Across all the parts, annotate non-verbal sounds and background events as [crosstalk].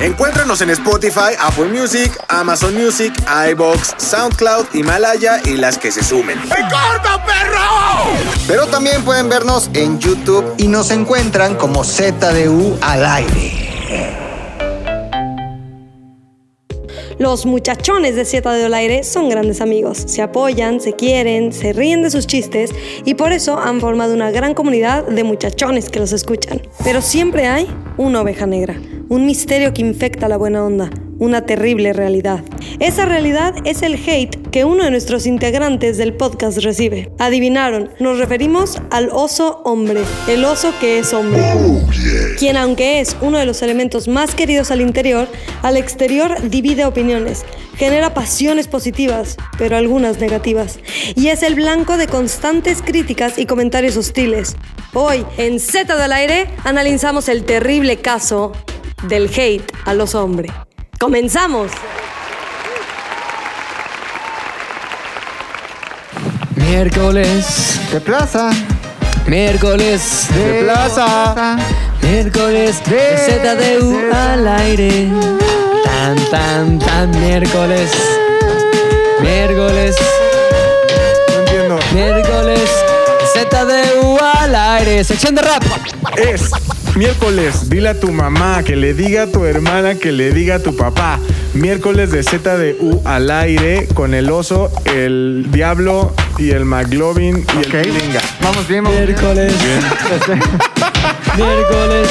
Encuéntranos en Spotify, Apple Music, Amazon Music, iBox, SoundCloud, Himalaya y las que se sumen. Pero también pueden vernos en YouTube. y nos encuentran como ZDU al aire. Los muchachones de Sieta de Olaire son grandes amigos. Se apoyan, se quieren, se ríen de sus chistes y por eso han formado una gran comunidad de muchachones que los escuchan. Pero siempre hay una oveja negra, un misterio que infecta la buena onda, una terrible realidad. Esa realidad es el hate que uno de nuestros integrantes del podcast recibe. Adivinaron, nos referimos al oso hombre, el oso que es hombre quien aunque es uno de los elementos más queridos al interior, al exterior divide opiniones, genera pasiones positivas, pero algunas negativas, y es el blanco de constantes críticas y comentarios hostiles. Hoy, en Z del Aire, analizamos el terrible caso del hate a los hombres. ¡Comenzamos! Miércoles, De plaza, miércoles, de plaza, miércoles de ZDU al aire. Tan, tan, tan, miércoles, miércoles, No entiendo. miércoles, ZDU al aire. Sección de rap. Es miércoles, dile a tu mamá, que le diga a tu hermana, que le diga a tu papá. Miércoles de ZDU al aire con el oso, el diablo y el McLovin y Ok. el Pilinga. Vamos bien, vamos bien. Miércoles, [laughs] miércoles,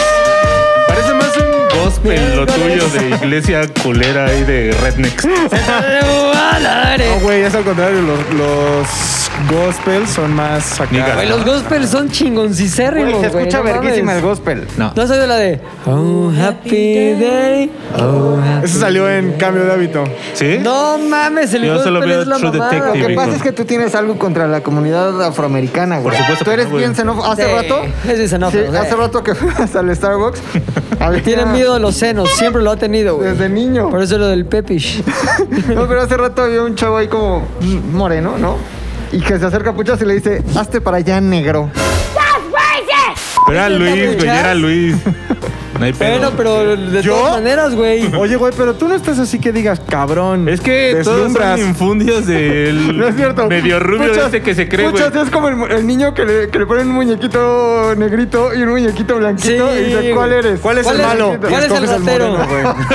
Parece más un gospel lo Miércoles. tuyo de iglesia culera ahí de rednecks. ZDU al aire. No, güey, es al contrario, los, los gospels son más acá. Niggas. Güey, los gospels son chingoncicérrimos, Güey, se güey, escucha no verguísima mames. el gospel. No. ¿No has oído la de Oh Happy Day? Oh Happy Eso salió en Cambio de Hábito. ¿Sí? No mames, el ¿Eh? Yo gospel solo veo es la True mamada. Detective. güey. Sí, Lo que pasa güey. es que tú tienes algo contra la comunidad afroamericana, güey. Por supuesto Tú que eres no, güey. bien xenófobo. Hace Sí, rato. es xenófobo, sí. Hace rato que fuimos al Starbucks. había- Tiene miedo a los senos, siempre lo ha tenido, güey. [laughs] Desde niño. Por eso lo del pepish. No, pero hace rato había un chavo ahí como mm, moreno, ¿no? Y que se acerca a Puchas y le dice, hazte para allá, negro. Pero era Luis, güey, [laughs] era Luis. No hay pedo. Bueno, pero de ¿Yo? todas maneras, güey. Oye, güey, pero tú no estás así que digas, cabrón. Es que todos deslumbras. son [laughs] infundios del No es cierto. medio rubio Puchas- este que se cree, güey. Puchas es como el, mu- el niño que le, que le ponen un muñequito negrito y un muñequito blanquito. Sí, y dice, ¿cuál güey. eres? ¿Cuál es el malo? Y ¿Cuál es el escoges al ratero? moreno, güey. [laughs]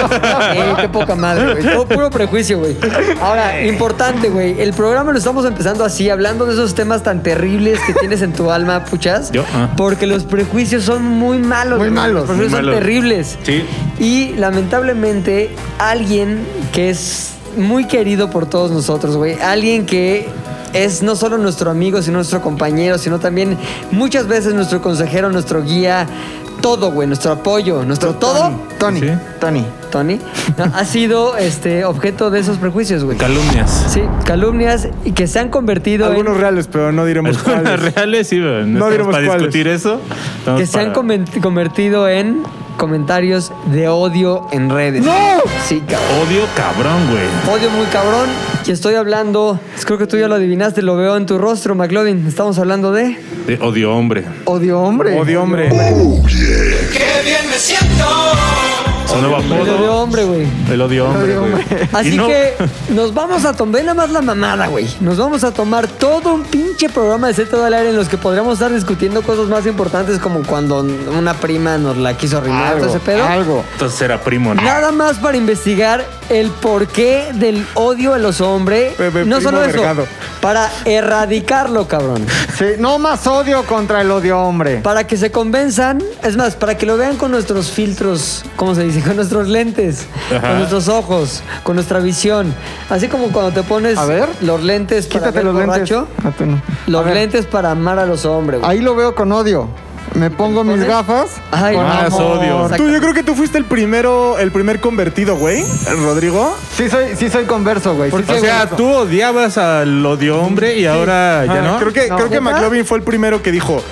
Eh, qué poca madre, güey. Todo puro prejuicio, güey. Ahora, Eh. importante, güey. El programa lo estamos empezando así, hablando de esos temas tan terribles que tienes en tu alma, puchas. Yo, ah. Porque los prejuicios son muy malos. Muy güey. malos. Los prejuicios Muy son malos. terribles. Sí. Y lamentablemente, alguien que es muy querido por todos nosotros, güey. Alguien que. Es no solo nuestro amigo, sino nuestro compañero, sino también muchas veces nuestro consejero, nuestro guía, todo, güey, nuestro apoyo, nuestro todo. Tony, Sí. Tony. Tony, no, ha sido este objeto de esos prejuicios, güey. Calumnias. sí, calumnias y que se han convertido Algunos en, reales, pero no diremos Algunas cuáles. reales, sí, pero No no, diremos estamos para cuáles. discutir eso. estamos que se han para- comen- convertido en comentarios de odio en redes. ¡No! Sí, cabrón. Odio cabrón, güey. Odio muy cabrón. Y estoy hablando, pues, creo que tú ya lo adivinaste, lo veo en tu rostro, McLovin. Estamos hablando de De odio hombre. Odio hombre. Odio hombre. Uh. Su nuevo odio de apodo. hombre, güey. El odio hombre, güey. Así Y no- [laughs] que nos vamos a tomar, ve nada más la mamada, güey. Nos vamos a tomar todo un pinche programa de Z al aire en los que podríamos estar discutiendo cosas más importantes como cuando una prima nos la quiso arruinar, todo Algo, ese pedo. algo. Entonces era primo, ¿no? Nada más para investigar el porqué del odio a los hombres. Pepe, no primo solo eso, vergado. para erradicarlo, cabrón. Sí, no más odio contra el odio hombre. Para que se convenzan, es más, para que lo vean con nuestros filtros, ¿cómo se [laughs] dice? Con nuestros lentes, Ajá. con nuestros ojos, con nuestra visión. Así como cuando te pones A ver. los lentes para ver Quítate los lentes. borracho, Ah, tú no. A los ver, lentes para amar a los hombres. güey. Ahí lo veo con odio. Me pongo mis pones? gafas. Ay, con no. amor. Más odio. Tú, yo creo que tú fuiste el primero, el primer convertido, güey. Rodrigo. Sí soy, sí soy converso, güey. Sí O soy sea, converso. tú odiabas al odio hombre y ahora ya Ah, no. Creo que, No. creo que ¿Neta? McLovin fue el primero que dijo,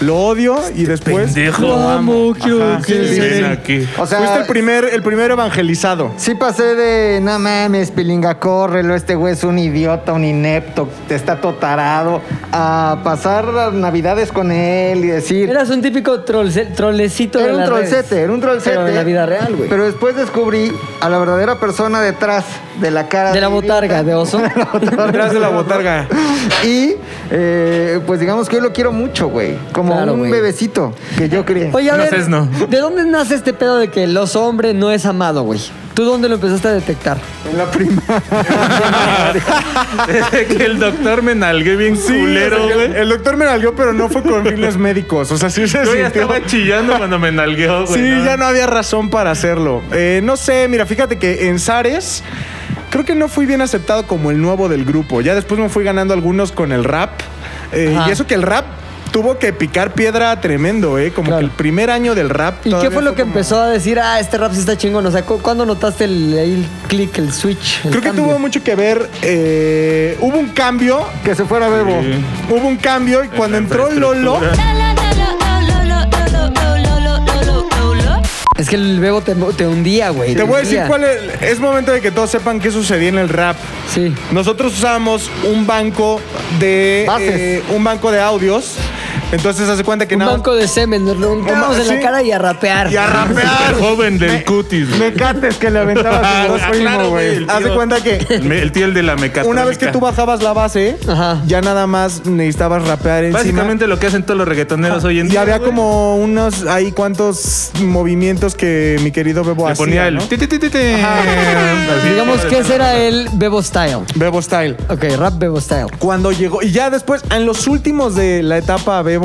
lo odio Este y después... Pendejo. amo, quiero Ajá, que- sí, Ven sí. aquí. O sea, fuiste el [laughs] primer, el primer evangelizado. Sí pasé de, no mames, pilinga, córrelo, este güey es un idiota, un inepto, te está totarado, a pasar las navidades con él y decir... Eras un típico trolce- trolecito de era un las redes. trollcete, era un trollcete. Pero en la vida real, güey. Pero después descubrí a la verdadera persona detrás de la cara. De la idiota. botarga, de [laughs] oso. Detrás de la botarga. Y eh, pues digamos que yo lo quiero mucho, güey. Como Claro, un güey. bebecito que yo crié. Oye, a No ver, seas no. ¿de dónde nace este pedo de que los hombres no es amado, güey? ¿Tú dónde lo empezaste a detectar? En la primera. Desde que el doctor me nalgué bien culero, o sea, güey. El doctor me nalgó, pero no fue [laughs] con fines médicos. O sea, sí se Yo ya sintió- estaba chillando cuando me nalgueó, güey. Sí, ya no había razón para hacerlo. Eh, no sé, mira, fíjate que en Zares creo que no fui bien aceptado como el nuevo del grupo. Ya después me fui ganando algunos con el rap. Eh, Ajá. y eso que el rap tuvo que picar piedra tremendo, ¿eh? Como Claro. que el primer año del rap. [laughs] ¿Y qué todavía fue lo que como- empezó a decir, ah, este rap sí está chingón? O sea, ¿cu- ¿cuándo notaste el, ahí el click, el switch? el Creo que cambio? tuvo mucho que ver. eh, hubo un cambio. que se fuera bebo. Hubo un cambio y cuando entró Lolo. Es que el bebo te, te hundía, güey. Te voy a decir hundía. cuál es. Es momento de que todos sepan qué sucedía en el rap. Sí. Nosotros usamos un banco de Bases. eh, un banco de audios. Entonces hace cuenta que Un nada- banco de semen, nos lo untamos ba- en la sí. cara y a rapear. y a rapear. [laughs] El joven del cutis, güey. Mecates que le aventabas a los Ah, primos, claro, güey. güey. Haz de tío. cuenta que Me- El tío el de la mecatónica. una vez que tú bajabas la base, Ajá. ya nada más necesitabas rapear encima. Básicamente lo que hacen todos los reggaetoneros hoy en y día. había güey. como unos ahí cuantos movimientos que mi querido Bebo Le hacía. ponía el. ¿no? ti, ti, ti, ti, ti. [laughs] Así. Digamos que ese era el bebo style. Bebo Style. Ok, rap bebo style. cuando llegó y ya después en los últimos de la etapa Bebo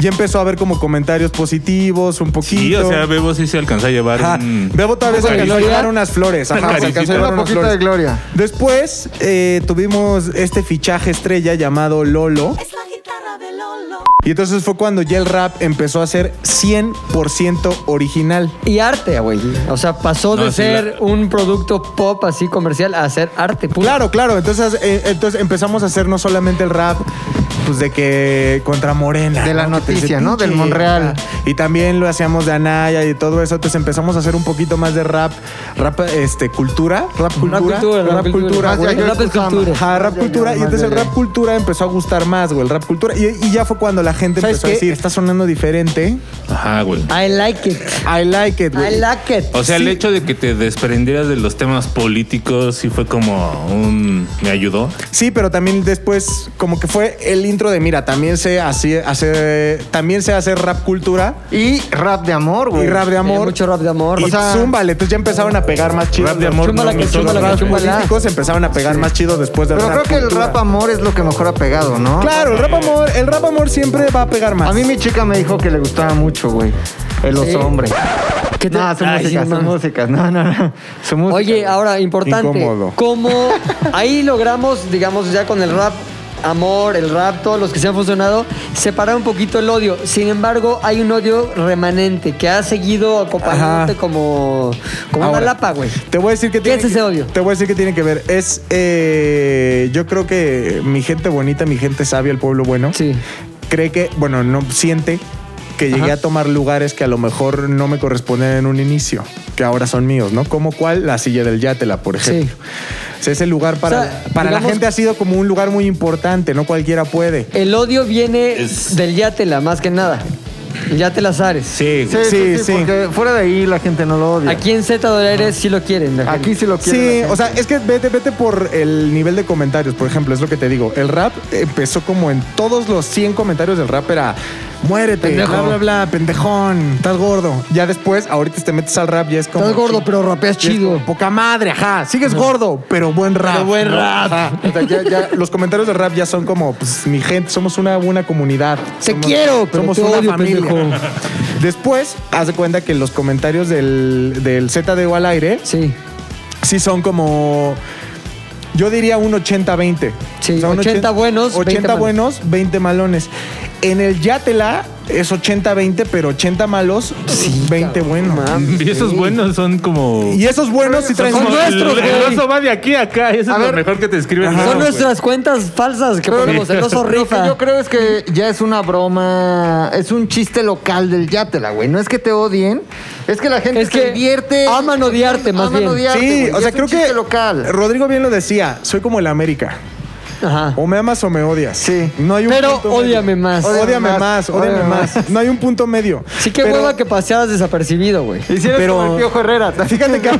ya empezó a haber como comentarios positivos un poquito Sí, o sea, Bebo sí se alcanzó a llevar. Ajá. un- Bebo todavía se una alcanzó a carita. llevar unas flores Una ajá, se alcanzó carisita. a llevar Una unas poquita de flores. gloria. después eh, tuvimos este fichaje estrella llamado Lolo y entonces fue cuando ya el rap empezó a ser 100% original Y arte, güey. O sea, pasó No, de sí, ser la- un producto pop así comercial a ser arte. puro. Claro, claro. Entonces, eh, entonces empezamos a hacer no solamente el rap, pues de que contra Morena. De la Que te dice, noticia, ¿no? Del "Pinche". Monreal. Y también lo hacíamos de Anaya y todo eso. Entonces empezamos a hacer un poquito más de rap, rap, este, cultura. Rap cultura. cultura, rap rap cultura. cultura, Más de güey. Ayoel Rap es Kusama. cultura. Ajá, rap Más de cultura. Ayoel, Y más entonces de el Ayoel. rap cultura empezó a gustar más, güey. El rap cultura. Y, y ya fue cuando la gente ¿Sabes empezó a qué? decir, está sonando diferente. Ajá, güey. I like it. I like it, güey. I like it. O sea, el Sí. hecho de que te desprendieras de los temas políticos sí fue como un. Me ayudó. Sí, pero también después, como que fue el intro de mira, también sé así hacer, también sé hacer rap cultura Y rap de amor, güey. y rap de Sí, amor. mucho rap de amor. Y O sea, zúmbale, entonces ya empezaron a pegar más chido. Rap de amor. Chúmbala no, que mi solo chúmbala que rap, Los chúmbala. políticos empezaron a pegar más chido después del Pero rap. creo que el cultura. rap amor es lo que mejor ha pegado, ¿no? Claro, el rap amor, el rap amor siempre va a pegar más. A mí mi chica me dijo que le gustaba mucho, güey. El los Sí. hombres. ¿Qué te- No, su Ay, música, no su mames. música. No, no, no. Su música. Oye, ahora importante, Incómodo. como ahí logramos, digamos, ya con el rap, amor, el rap, todos los que se han funcionado, separar un poquito el odio. Sin embargo, hay un odio remanente que ha seguido acompañándote Ajá. como, como una Ahora, lapa, güey. Te voy a decir que ¿Qué tiene es ese que- odio? Te voy a decir que tiene que ver. Es eh, yo creo que mi gente bonita, mi gente sabia, el pueblo bueno. Sí. cree que, bueno, no siente que llegué a tomar lugares que a lo mejor no me corresponden en un inicio, que ahora son míos, ¿no? Como cuál, la silla del Yatela, por ejemplo. O sea, ese lugar para, O sea, para la digamos- gente ha sido como un lugar muy importante, no cualquiera puede. El odio viene Es- del Yatela, más que nada. El Yatela Zares. Sí, Sí, güey. sí, Sí, sí, sí. Porque fuera de ahí la gente no lo odia. Aquí en Z Dólares sí lo quieren. la Aquí gente. sí lo Sí, quieren. o sea, es que vete, vete por el nivel de comentarios, por ejemplo, es lo que te digo. El rap empezó como en todos los 100 comentarios del rap era muérete, Pendejo. bla, bla, bla, pendejón, estás gordo. Ya después, ahorita te metes al rap y es como... Estás gordo, pero rapeas Y es chido. como, Poca madre, ajá. Sigues gordo, pero buen rap. Pero buen ¿no? rap. Ajá. O sea, ya- ya los comentarios de rap ya son como, pues, mi gente, somos una buena comunidad. Te Somos- quiero, pero somos te una odio, familia. pendejo. Después, haz de cuenta que los comentarios del, del ZDU al aire Sí. sí son como. Yo diría un 80-20. Sí, un 80 buenos, 80 20 malos. buenos, 20 malones. En el Yatela es 80-20, pero 80 malos, 20 buenos. Y esos buenos son como. Y esos buenos sí Son traen como nuestros, el, güey. el oso va de aquí a acá. Eso es lo mejor que te escriben. Ajá. los Son osos, nuestras cuentas falsas que Pero ponemos. El oso Lo que rifa. yo creo es que ya es una broma, es un chiste local del Yatela, güey. No es que te odien, es que la gente Es se que divierte. aman odiarte, más Aman bien. odiarte, Sí, güey. o sea, Ya es un creo chiste que local. Rodrigo bien lo decía, soy como el América. Ajá. O me amas o me odias. Sí. No hay un Pero punto medio. ódiame más. Ódiame más, ódiame ódiame más. No hay un punto medio. Sí, qué Pero- hueva que pasearas desapercibido, güey. Hicieron Pero- como el Piojo Herrera. Fíjate [laughs] que ha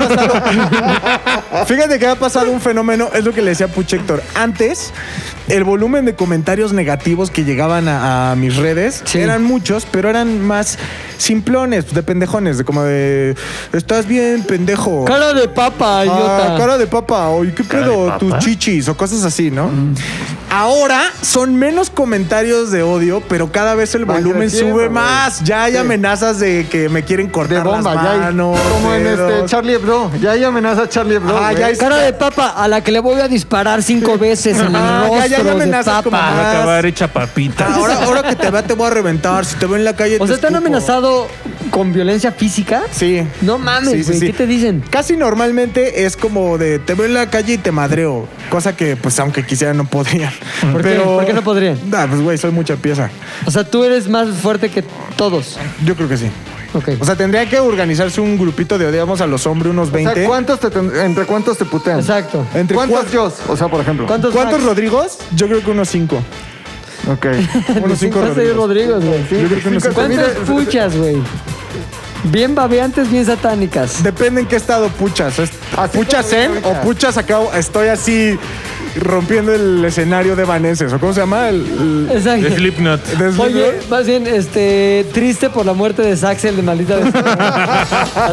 pasado. [laughs] fíjate que ha pasado un fenómeno, es lo que le decía Puch Héctor. Antes, el volumen de comentarios negativos que llegaban a, a mis redes Sí. eran muchos, pero eran más simplones, de pendejones, de como de. Estás bien, pendejo. Cara de papa, idiota. Ah, cara de papa, oye, ¿qué pedo? Tus chichis o cosas así, ¿no? Ahora son menos comentarios de odio, pero cada vez el Van volumen creciendo, sube güey. más. Ya hay Sí. amenazas de que me quieren De cortar bomba, las ya hay. manos. Como en dedos. este Charlie Hebdo. Ya hay amenaza a Charlie Hebdo. Ah, güey. ya hay- Cara de papa a la que le voy a disparar cinco veces en el Ah, rostro ya, ya, ya amenazas de como Va papa. a más. Ah, acabar hecha papita. Ahora, ahora que te va, te voy a reventar. Si te veo en la calle. O te sea, ¿están escupo. amenazado con violencia física? Sí. No mames, Sí, sí, güey, sí. ¿qué te dicen? Casi normalmente es como de te veo en la calle y te madreo. Cosa que, pues, aunque quisiera, no podría. ¿Por qué? Pero- ¿Por qué no podría? Nah, pues, güey, soy mucha pieza. O sea, tú eres más fuerte que todos. Yo creo que sí. Ok. O sea, tendría que organizarse un grupito de odiamos a los hombres, unos O sea, 20. ¿cuántos te ten- ¿Entre cuántos te putean? Exacto. Entre ¿Cuántos cua- yo? O sea, por ejemplo. ¿Cuántos, Eh, ¿Cuántos Max? Rodrigos? Yo creo que unos cinco. [laughs] [laughs] Ok. Unos cinco Cinco, seis Rodrigos. Rodrigos, Este güey. Yo creo que unos cinco. eh, ¿Cuántas Mira, puchas, güey? Bien babeantes, bien satánicas. Depende en qué estado puchas. ¿Es Así ¿Puchas como en ahorita. o puchas acá? Estoy así rompiendo el escenario de Vaneses. ¿O cómo se llama? El, el- De Exacto. Slipknot. de Slipknot. Oye, más bien, este, triste por la muerte de Saxel de maldita [laughs]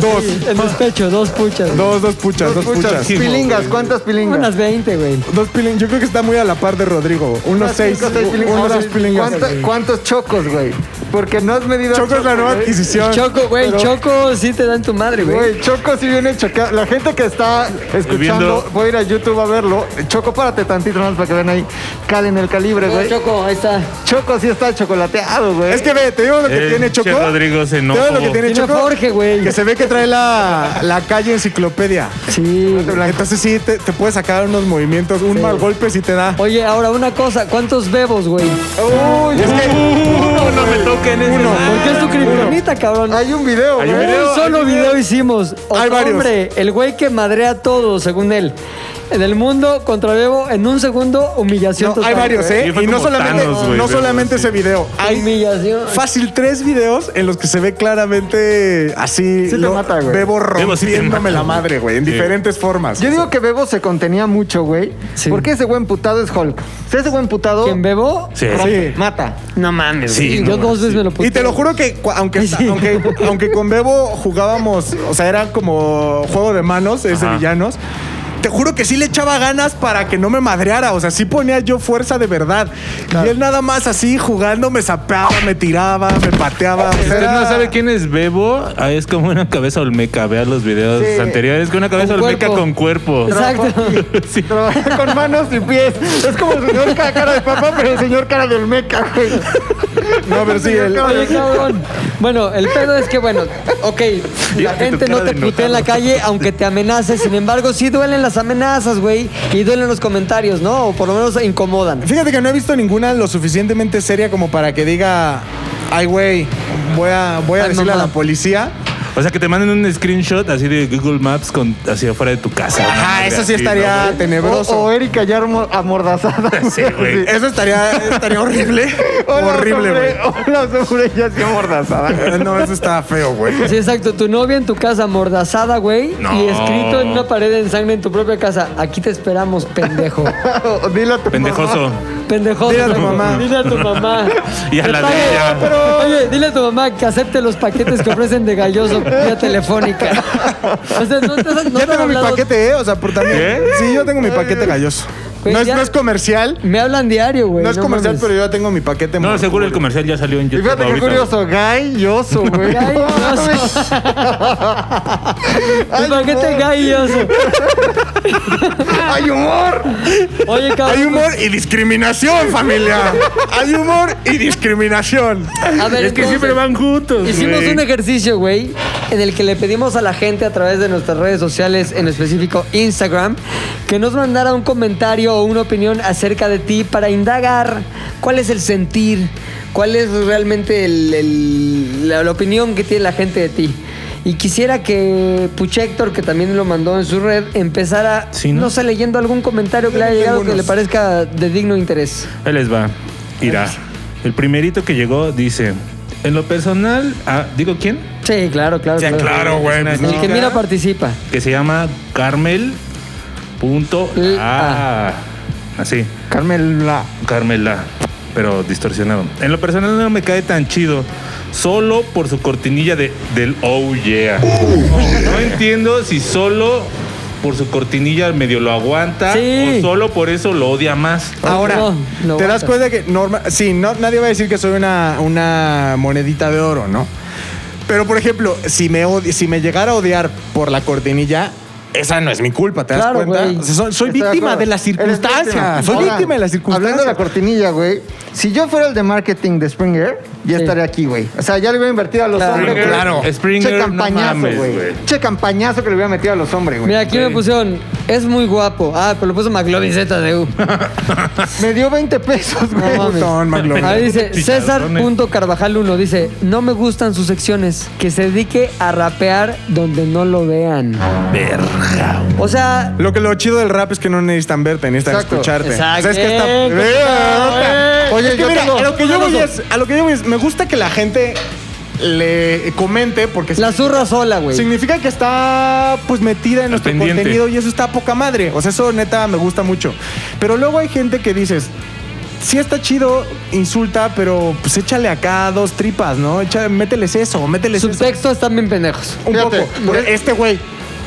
Dos. En despecho, dos puchas. güey. Dos, dos puchas, dos, puchas. Pilingas, ¿cuántas pilingas? Unas 20, güey. Dos piling- Yo creo que está muy a la par de Rodrigo. Unos Unas seis. cinco, seis pilingas. Unos Ahora, seis pilingas. ¿cuánta- ¿Cuántos chocos, güey? Porque no has medido. Choco es la nueva güey. adquisición. Choco, güey, Choco sí te dan tu madre, güey. Güey, Choco si viene chocado. La gente que está escuchando, Viendo. voy a ir a YouTube a verlo. Choco, párate tantito más para que vean ahí. Cale en el calibre, güey. Choco, ahí está. Choco sí está chocolateado, güey. Es que ve, te digo lo que El tiene Choco. Eh, Che Rodrigo se Te digo lo que enojó. tiene Tiene Choco. Jorge, güey. Que se ve que trae la, la calle enciclopedia. Sí. Entonces sí, te, te puede sacar unos movimientos, un mal golpe si te da. Oye, ahora una cosa, ¿cuántos bebos, güey? es que Uh, no me toquen ese. Porque Ah, es tu criptonita, cabrón. Hay un video, Hay un güey. video. Un solo video hicimos. Hay Otro varios. Hombre, el güey que madrea a todos, según él. En el mundo contra Bebo, en un segundo, humillación no, hay total, varios, güey. ¿eh? Sí, fue Y no como solamente, Thanos, güey, no pero solamente sí. ese video. Hay Humillación. fácil tres videos en los que se ve claramente así. Sí te mata, güey. Bebo Bebo sí te rompiéndome mata. la madre, güey, en Sí. diferentes formas. Yo digo que Bebo se contenía mucho, güey. Sí. Porque ese buen putado es Hulk. Si ese buen putado ¿Quién Bebo? Sí. Sí. mata. No mames. Sí, güey. no Yo dos mames, veces sí. me lo puse. Y te lo juro que cu- aunque, Sí. aunque, aunque con Bebo jugábamos, o sea, era como juego de manos, es de Ajá. villanos. Te juro que sí le echaba ganas para que no me madreara. O sea, sí ponía yo fuerza de verdad. Y él nada más así jugando me zapeaba, me tiraba, me pateaba. o sea, Usted era- no sabe quién es Bebo, ah, es como una cabeza olmeca. Vean los videos Sí. anteriores, que una cabeza Con olmeca cuerpo. con cuerpo. Exacto. [laughs] Sí. Trabaja [laughs] con manos y pies. Es como el señor ca- cara de papá, pero el señor cara de Olmeca, güey. No, pero sí, el- Oye, cabrón. Bueno, el pedo es que, bueno, ok, la Fíjate tu gente cara no te de putea en la enojado. calle aunque te amenace. Sin embargo, sí duelen las amenazas, güey. Y duelen los comentarios, ¿no? O por lo menos incomodan. Fíjate que no he visto ninguna lo suficientemente seria como para que diga, ay, güey, voy a, voy a Ay, decirle mamá. a la policía. O sea, que te manden un screenshot así de Google Maps con, hacia afuera de tu casa. una Ajá, madre eso sí así, estaría tenebroso. O, o Erika ya armo- amordazada. Sí, güey. Eso estaría, estaría horrible. Hola, horrible, hombre. güey. Hola, hombre, ya sí [laughs] amordazada. Eh, No, eso está feo, güey. Sí, exacto. Tu novia en tu casa amordazada, güey. No. Y escrito en una pared en sangre en tu propia casa. Aquí te esperamos, pendejo. O- Dile a tu ¿no? Pendejoso. Pendejo. Dile a tu mamá. Dile a tu mamá. Y a Que la de pague- ella. Oye, dile a tu mamá que acepte los paquetes que ofrecen de galloso vía [laughs] telefónica. O sea, no te, no te Ya han tengo mi hablado- paquete, ¿eh? O sea, por también. ¿Qué? Sí, yo tengo mi paquete galloso. Güey, No es, Pues ya- no es comercial. Me hablan diario, güey. no es comercial, pero yo ya tengo mi paquete. No, morro, seguro el güey. comercial ya salió en Y YouTube. fíjate qué ahorita. curioso, galloso, güey. [laughs] ¿Para paquete galloso. ¡Hay humor! Oye, cabrón. Hay humor y discriminación, familia. Hay humor y discriminación. A ver, Es que entonces, siempre van juntos. Hicimos güey. un ejercicio, güey, en el que le pedimos a la gente a través de nuestras redes sociales, en específico Instagram, que nos mandara un comentario o una opinión acerca de ti para indagar cuál es el sentir, cuál es realmente el- el- la, la opinión que tiene la gente de ti. Y quisiera que Puchector, que también lo mandó en su red, empezara, Sí, ¿no? ¿no? sé, leyendo algún comentario que le haya llegado que le parezca de digno interés. Ahí les va. Irá. El primerito que llegó dice: En lo personal, ah, ¿digo quién? Sí, claro, claro. Sí, claro, güey. pues, El no. que mira participa. Que se llama Carmel. Punto. L- A. Así. Carmela. Carmela, pero distorsionado. En lo personal no me cae tan chido, solo por su cortinilla de, del oh yeah. No entiendo si solo por su cortinilla medio lo aguanta Sí. o solo por eso lo odia más. Ahora, No, lo te aguantas. das cuenta que norma, sí, no, nadie va a decir que soy una, una monedita de oro, ¿no? Pero por ejemplo, si me odi- si me llegara a odiar por la cortinilla, esa no es mi culpa, ¿te Claro, das cuenta? güey. O sea, soy soy Estoy víctima acuerdo. de las Eres víctima. circunstancias. Soy Ahora, víctima de las circunstancias. Hablando de la cortinilla, güey. Si yo fuera el de marketing de Springer, ya Sí. estaría aquí, güey. O sea, ya le hubiera invertido a los Claro. hombres. Springer, güey. claro. Springer, che no campañazo, mames, güey. güey. che campañazo que le hubiera metido a los hombres, güey. Mira, aquí me pusieron, es muy guapo. Ah, pero lo puso McLovin ZDU. Me dio 20 pesos, güey. No mames. Putón, McLovin. Ahí dice Chicharrones. César.carvajal1 dice, no me gustan sus secciones, que se dedique a rapear donde no lo vean. Verga. O sea, Lo que lo chido del rap es que no necesitan verte, necesitan Exacto. escucharte. Exacto. O sea, es que está- Eh, Bien, Ve, contestado, otra. eh. Oye, Es que yo mira, tengo- a lo que yo voy Alonso. es, a lo que yo voy es, me gusta que la gente le comente porque la zurra sola, güey. Significa que está pues metida en nuestro pendiente. contenido y eso está a poca madre. O sea, eso neta me gusta mucho. Pero luego hay gente que dices, sí está chido, insulta, pero pues échale acá dos tripas, ¿no? Echa- mételes eso, mételes Sus eso. textos están bien pendejos. Un Fíjate, poco. Por este güey.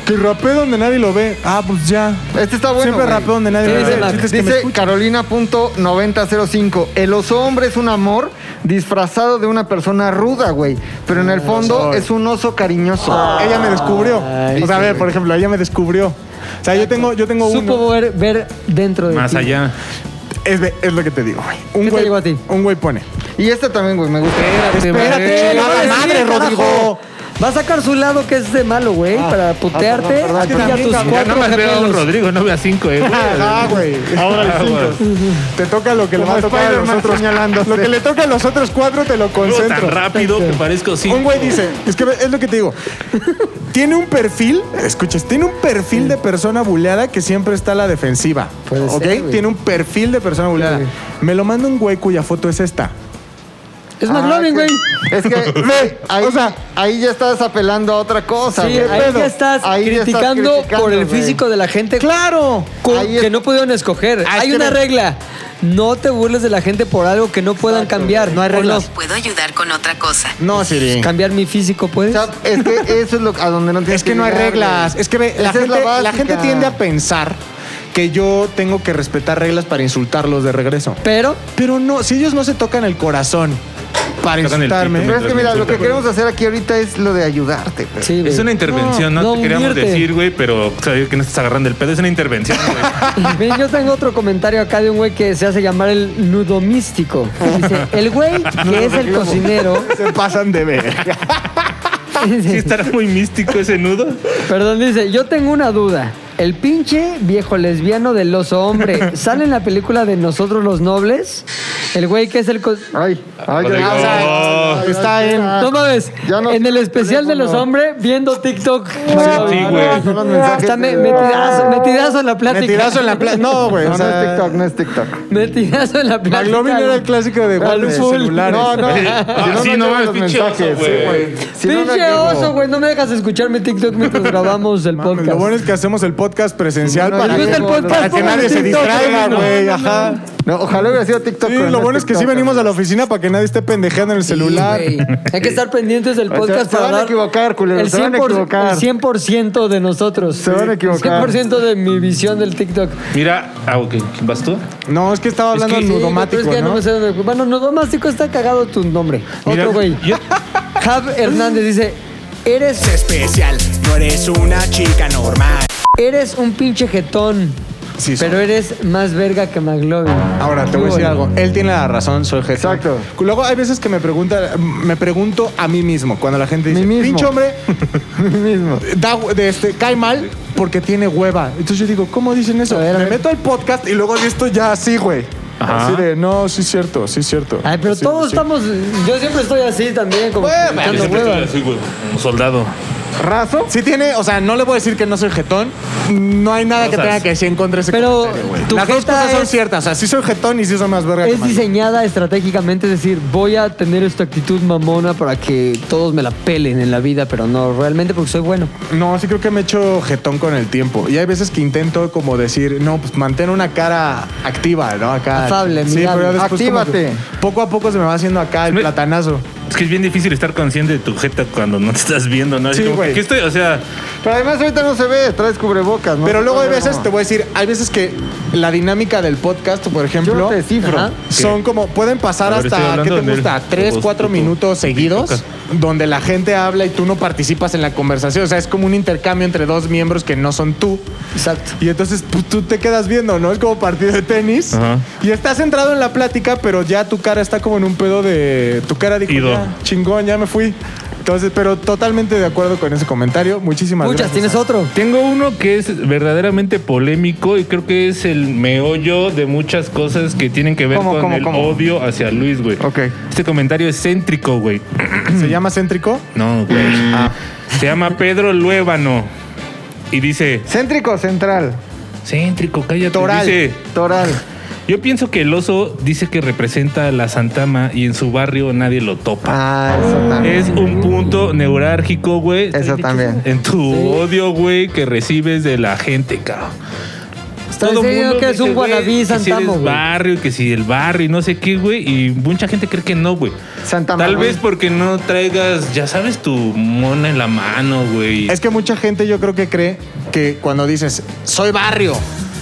Que rapee donde nadie lo ve. Ah, pues ya. Este está bueno, Siempre güey. rapeo donde nadie Sí, lo ve. dice El Mac. chiste es que me Dice escuchen. Carolina.9005. El oso hombre es un amor disfrazado de una persona ruda, güey. Pero en el fondo soy. es un oso cariñoso. Ella me descubrió. Ay, o sea, a ver, por ejemplo, ella me descubrió. O sea, yo tengo, yo tengo uno. Supo ver, ver dentro de Más ti. allá. Es, de- es lo que te digo, güey. Un ¿Qué te güey, llegó a ti? Un güey pone. Y este también, güey, me gusta. Espérate, Espérate, chingada güey. madre, Sí, Rodrigo. carajo. Va a sacar su lado que es de malo, güey, para putearte perdón, a ti y a perdón. tus Ya Ya cuatro nomás veo a un gemelos. Rodrigo, no veo a cinco, eh. Ah, güey. Ahora los cinco. Te toca lo que le va a tocar a los Spider-Man otros. señalándose. Lo que le toca a los otros cuatro te lo Luego tan concentro. rápido que parezco cinco. Un güey dice, es que es lo que te digo. Tiene un perfil, escuchas, tiene un perfil de persona buleada que siempre está a la defensiva. Puede ser, ¿Ok? güey. tiene un perfil de persona buleada. güey. Me lo manda un güey cuya foto es esta. Es Ah, McLovin, sí. güey. [laughs] Es que Ve, ahí, ah, o sea, ahí ya estás apelando a otra cosa. Sí, güey. ahí ya estás Ahí ya estás criticando por el güey. físico de la gente ¡Claro! con- Ahí es- que no pudieron escoger. Ah, es hay que una no- regla. No te burles de la gente por algo que no puedan cambiar. No hay reglas. Puedo ayudar con otra cosa. No, Siri. Cambiar mi físico, O pues. sea, es que eso es lo, a donde no tienes Es que no hay llegar, reglas. güey. Es que ve, la, Esa es gente, la, básica. gente tiende a pensar que yo tengo que respetar reglas para insultarlos de regreso. Pero Eh, Pero no, si ellos no se tocan el corazón para Tocan el insultarme. pito, Pero es que mira, lo que Mientras me queremos hacer aquí ahorita es lo de ayudarte, güey. sí, güey. Es una intervención, no, No, te queríamos hundirte. [laughs] decir, güey, pero sabía que no estás agarrando el pedo. Es una intervención, güey. [laughs] Miren, yo tengo otro comentario acá de un güey que se hace llamar el nudo místico. Dice, el [laughs] güey que es el cocinero. Se pasan de [laughs] ver. Sí, estará muy místico ese nudo. Perdón, dice, yo tengo una duda. El pinche viejo lesbiano del oso hombre, ¿sale en la película de Nosotros los Nobles? El güey que es el... co- Ay, ay, Rodrigo. ya- Oh. Está en- Ah, No mames, Ya no- en el especial de los hombres, viendo TikTok. sí, güey. Son los mensajes Hasta me- de- metidazo, metidazo en la plática. Metidazo en la [laughs] plaza. No, güey. No, o no es sea, TikTok, no es TikTok. Metidazo en la plática. McLovin era el clásico de Al güey, de full. celulares. No, no. Ah, sí, no mames, pinche oso, güey. Pinche oso, güey, no me dejas escuchar mi TikTok mientras grabamos el podcast. Lo bueno es que hacemos el podcast presencial no, para, no, que, no, no, para que nadie se distraiga, güey. Ajá. No, ojalá hubiera sido TikTok. Sí, pero no lo bueno es que sí TikTok. venimos a la oficina para que nadie esté pendejeando en el celular. Sí, güey. Hay que estar pendientes [laughs] del O sea, podcast se para van a dar equivocar, culeros, el se van a 100%, equivocar. el 100% de nosotros. Se van a equivocar. 100% de mi visión del TikTok. Mira, ah, ok, ¿vas tú? No, es que estaba Es hablando que- del sí, nudomático, Pero es que ya ¿no? me sé dónde- Bueno, Nudomático está cagado tu nombre. Mira, Otro güey. yo- Jav Hernández dice, eres, especial, no eres una chica normal. eres un pinche jetón, Sí, soy. pero eres más verga que McLovin. Ahora, te voy a decir algo. Él tiene la razón, soy jefe. Exacto. Luego hay veces que me pregunta, me pregunto a mí mismo, cuando la gente dice, Mí mismo. pinche hombre, [laughs] mismo. da, de este, cae mal porque tiene hueva. Entonces yo digo, ¿cómo dicen eso? A ver, a me ver. meto al podcast y luego de esto ya así, güey. Ajá. Así de, no, sí es cierto, sí es cierto. Ay, pero Sí, todos sí. estamos... Yo siempre estoy así también, como... Bueno, echando Yo siempre hueva. estoy así, güey, como soldado. ¿Raso? Sí tiene, o sea, no le voy a decir que no soy jetón. No hay nada que sea, tenga que decir en contra de ese pero comentario, güey. tu Las dos jeta cosas son es- ciertas. O sea, sí soy jetón y sí soy más verga que Es más. diseñada estratégicamente, es decir, voy a tener esta actitud mamona para que todos me la pelen en la vida, pero no realmente porque soy bueno. No, sí creo que me he hecho jetón con el tiempo. Y hay veces que intento como decir, no, pues mantén una cara activa, ¿no? Acá. Afable, sí, amigable. pero después como Actívate. que poco a poco se me va haciendo acá el Me- platanazo. Es que es bien difícil estar consciente de tu jeta cuando no te estás viendo, ¿no? Así Sí, como, güey. ¿qué estoy? O sea, Pero además ahorita no se ve, traes cubrebocas, ¿no? Pero luego hay No, no, veces, no. te voy a decir, hay veces que la dinámica del podcast, por Yo ejemplo, no te cifro. Ajá. son como, pueden pasar A ver, estoy hasta, ¿qué hablando te en el- gusta? Tres, vos, cuatro tú, minutos tú, seguidos, TikTok. donde la gente habla y tú no participas en la conversación. O sea, es como un intercambio entre dos miembros que no son tú. Exacto. Y entonces pues, tú te quedas viendo, ¿no? Es como partido de tenis. Ajá. Y estás centrado en la plática, pero ya tu cara está como en un pedo de. Tu cara dijo, Ido. "Ya, chingón, ya me fui. Entonces, pero totalmente de acuerdo con ese comentario. Muchísimas Muchas, gracias. ¿tienes otro? tengo uno que es verdaderamente polémico y creo que es el meollo de muchas cosas que tienen que ver ¿Cómo, con cómo, el cómo? odio hacia Luis, güey. Ok. Este comentario es céntrico, güey. ¿Se llama céntrico? No, güey. Ah. Se llama Pedro Luébano. Y dice, ¿Céntrico o central? céntrico, cállate. Toral. Dice, Toral. yo pienso que el oso dice que representa a la Santama y en su barrio nadie lo topa. Ah, eso también. Es un punto neurálgico, güey. Eso también. En tu odio, güey, que recibes de la gente, cabrón. Está diciendo que es dice, un güey, guanabí que si Santamo, eres güey. barrio, y que si el barrio y no sé qué, güey. Y mucha gente cree que no, güey. Santama, Tal güey. vez porque no traigas, ya sabes, tu mona en la mano, güey. Es que mucha gente yo creo que cree que cuando dices, soy barrio,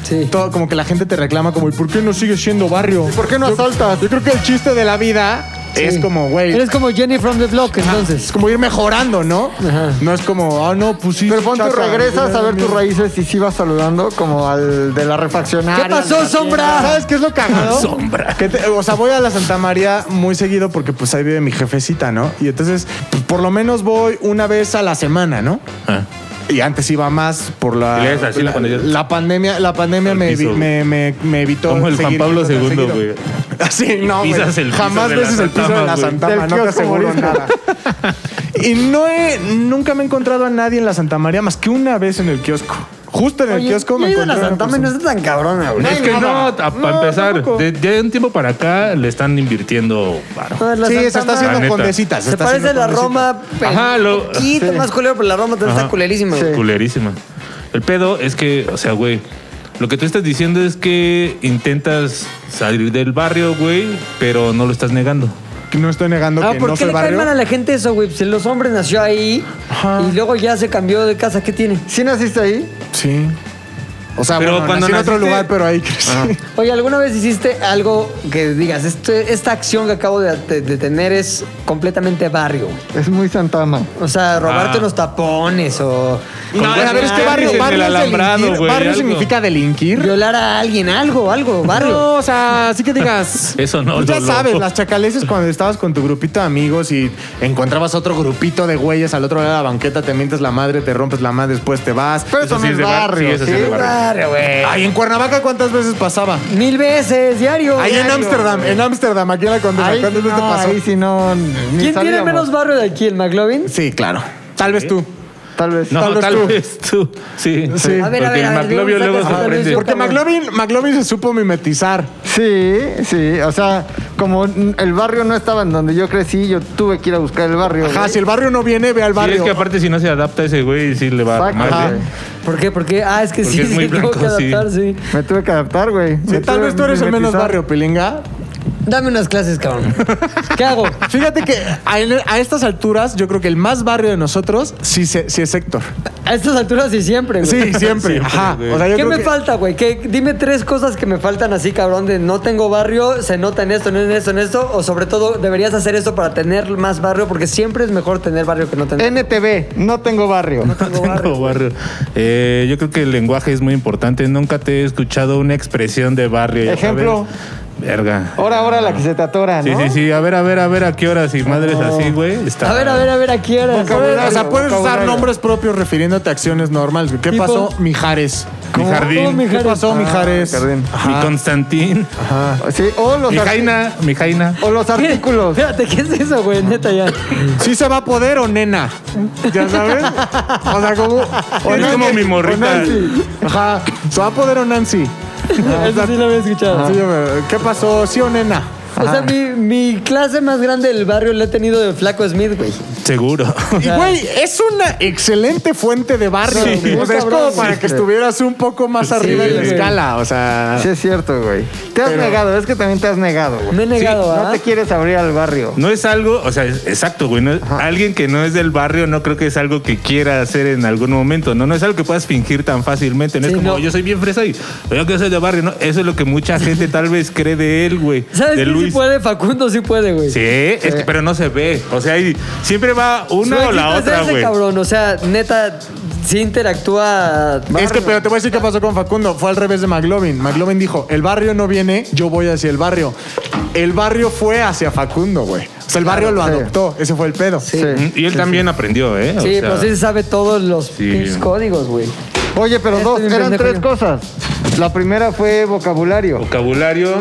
Sí. todo como que la gente te reclama como, ¿y por qué no sigues siendo barrio? ¿Por qué no Yo- asaltas? Yo creo que el chiste de la vida es Sí. como, güey. Eres como Jenny from the Block, Es entonces. como ir mejorando, ¿no? Ajá. No es como, ah, no, pues sí. Pero ponte, chaca, regresas a ver tus mira. raíces y sí vas saludando como al de la refaccionaria. ¿Qué pasó, sombra? ¿Sabes qué es lo [laughs] cagado? Sombra. Que te- o sea, voy a la Santa María muy seguido porque pues ahí vive mi jefecita, ¿no? Y entonces, pues, por lo menos voy una vez a la semana, ¿no? Ah. Y antes iba más por la, Y le haces así la pandilla. la pandemia. La pandemia Al me, piso, evi- me, me- me evitó. Como el Juan seguir Pablo yendo tan II, seguido. güey. [laughs] Así, Y no, güey. pisas el piso Jamás de la beses el piso Santama, de la güey. Santama, Del no te kiosco aseguro morista. nada. Y no he- nunca me he encontrado a nadie en la Santa María más que una vez en el kiosco. Justo en el Oye, kiosco me yo he ido a encontré. la una Santama y no persona. está tan cabrona, güey. es que no, a- para No, empezar, tampoco. de, de un tiempo para acá le están invirtiendo varo. A ver, Ah, la Sí, se está Santama La haciendo neta. condesitas. Se parece a la Roma, pero Ajá, lo- un poquito más culero, pero la Roma también está Ajá. culerísima, güey. Culerísima. El pedo es que, o sea, güey, lo que tú estás diciendo es que intentas salir del barrio, güey, pero no lo estás negando. No estoy negando Ah, que ¿por no qué soy le cae barrio. mal a la gente eso, güey? Si los hombres nació ahí y luego ya se cambió de casa, ¿qué tiene? ¿Sí naciste ahí? Sí. O sea, Pero bueno, cuando nací en otro naciste- Ah. lugar, pero ahí crecí. Oye, ¿alguna vez hiciste algo que digas, este- esta acción que acabo de, de- de tener es completamente barrio? güey"? Es muy Santama. O sea, robarte Ah. unos tapones o No, a ver, es que Ah, barrio, dices barrio, es el alambrado, delinquir. güey, barrio algo. significa delinquir. violar a alguien, algo, algo, barrio. Ah, No, o sea, así que digas. [laughs] Eso no, Pues Ya no, no. sabes, las chacaleces cuando estabas con tu grupito de amigos y encontrabas otro grupito de güeyes al otro lado de la banqueta, te mientes la madre, te rompes la madre, después te vas. Pero eso sí no es es de bar- barrio. sí, eso sí es de barrio. Barrio, güey. Ay, en Cuernavaca, ¿cuántas veces pasaba? Mil veces, diario. Ahí en diario. Ámsterdam, en Ámsterdam, aquí en la Condesa. Ahí ¿Cuántas sí veces te no, pasó? ahí sí no. ni ¿Quién tiene salíamos. menos barrio de aquí, el McLovin? Sí, claro. Tal vez tú. Tal vez. No, Tal vez tú. tú. Sí. Sí. A ver, a Porque ver, a ver, dime McLovio una luego se cosa, tal vez aprende. yo- Porque McLovin, McLovin se supo mimetizar. Sí, sí. O sea, como n- el barrio no estaba en donde yo crecí, yo tuve que ir a buscar el barrio. Ajá, güey. si el barrio no viene, ve al Sí, barrio. es que aparte si no se adapta ese güey, sí le va a Exacto. mal, ¿eh? Ajá. güey. ¿Por qué? ¿Por qué? Ah, es que Porque sí, es muy sí, [laughs] tengo que blanco, sí. adaptar, sí. Me tuve que adaptar, güey. Sí, Me tal tuve vez tú eres el menos mimetizar. barrio, Pilinga. Dame unas clases, cabrón. ¿Qué hago? Fíjate que a, a estas alturas, yo creo que el más barrio de nosotros sí, se- sí es Héctor. A estas alturas y siempre, güey. [laughs] Sí, [laughs] siempre. Ajá. güey. O sea, yo ¿Qué creo me que- falta, güey? ¿Qué- Dime tres cosas que me faltan así, cabrón, de no tengo barrio, se nota en esto, en esto, en esto, o sobre todo deberías hacer esto para tener más barrio, porque siempre es mejor tener barrio que no tener. NTV, no tengo barrio. [laughs] Tengo barrio. Eh, yo creo que el lenguaje es muy importante. Nunca te he escuchado una expresión de barrio. ya Ejemplo. sabes. Verga. Ahora, ahora la que se te atora, Sí, ¿no? sí, sí. A ver, a ver, a ver, a qué horas y madres así, güey. Está- A ver, a ver, a ver, aquí era. O sea, puedes usar vocabulario. nombres propios refiriéndote a acciones normales. ¿Qué Tipo- pasó, Mijares? Mi jardín. Mi, ¿Qué pasó, Ah, Mijares? jardín. Constantín. Ah, Sí, o los, Mi arti- Jaina. Mi Jaina. [laughs] o los artículos. Espérate, ¿qué es eso, güey? Neta, ya. ¿Sí se va a poder o nena? ¿Ya sabes? O sea, como... o Eres Nancy, como mi o morrita. Nancy. Ajá. ¿Se va a poder o Nancy? [laughs] Ah, Eso sí lo había escuchado. Sí, yo me- ¿Qué pasó? ¿Sí o nena? O sea, mi, mi clase más grande del barrio la he tenido de Flaco Smith, güey. Seguro. [laughs] Y, güey, es una excelente fuente de barrio. Sí. güey. O sea, es como Cabrón, para sí. que estuvieras un poco más arriba en la güey. escala. O sea... Sí, es cierto, güey. Te has negado, es que también te has negado, güey. Me he negado, No ¿ah? te quieres abrir al barrio. No es algo, o sea, es- exacto, güey. no es- alguien que no es del barrio no creo que es algo que quiera hacer en algún momento, ¿no? No es algo que puedas fingir tan fácilmente. No Sí, es como, no. yo soy bien fresa y yo que soy de barrio, ¿no? Eso es lo que mucha gente tal vez cree de él, güey. ¿Sabes de quién sí puede? Facundo sí puede, güey. Sí, es que- pero no se ve. O sea, y siempre va una Güey, o la ¿qué estás otra, ese güey. cabrón, o sea, neta, sí interactúa. Es que, pero te voy a decir qué pasó con Facundo. Fue al revés de McLovin. McLovin dijo, el barrio no viene, yo voy hacia el barrio. El barrio fue hacia Facundo, güey. O sea, el barrio lo sí. adoptó. Ese fue el pedo. Mm, Y él también aprendió, ¿eh? O Sí, sea, pero sí se sabe todos los Sí. pinches códigos, güey. Oye, pero Este dos, bien eran pendejo tres yo. cosas. La primera fue vocabulario. Vocabulario.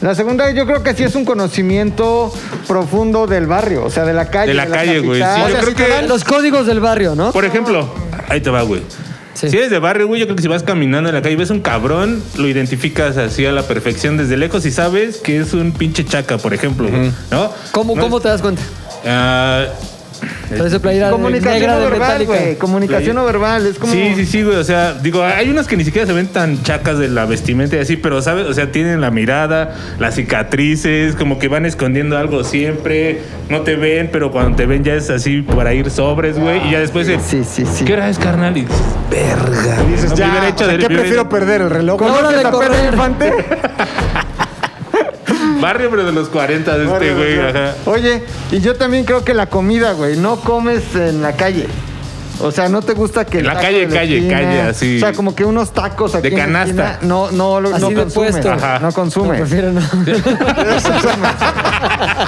La segunda, yo creo que sí es un conocimiento profundo del barrio, o sea, de la calle. De la calle, güey. capital. Sí, O yo sea, creo que. Los códigos del barrio, ¿no? Por ejemplo, ahí te va, güey. Sí. Si eres de barrio, güey, yo creo que si vas caminando en la calle y ves un cabrón, lo identificas así a la perfección desde lejos y sabes que es un pinche chaca, por ejemplo, güey, ¿no? ¿Cómo, No cómo es- te das cuenta? Ah, Parece playera comunicación negra no de verbal, Metallica. güey. Comunicación no verbal, es como... Sí, sí, sí, güey. O sea, digo, hay unas que ni siquiera se ven tan chacas de la vestimenta y así, pero, ¿sabes? O sea, tienen la mirada, las cicatrices, como que van escondiendo algo siempre. No te ven, pero cuando te ven ya es así para ir sobres, güey. Y ya después. de, Sí, sí, sí. ¿Qué hora es, carnal? Y dices, verga. Dices, No, me ya, hubiera o sea, ¿qué de- me hubiera- prefiero perder? ¿El reloj? La hora de ¿Conoces a Pedro correr. Infante? Barrio, pero de los 40 de este, Barrio, güey. barrio. Ajá. [laughs] Oye, y yo también creo que la comida, güey, no comes en la calle. O sea, no te gusta que... el En la taco calle, de calle, calle, así. O sea, como que unos tacos aquí De en la canasta. esquina, no, no, lo- Así no de consume. puesto. Ajá. No No, consume. prefiero [laughs] no. Eso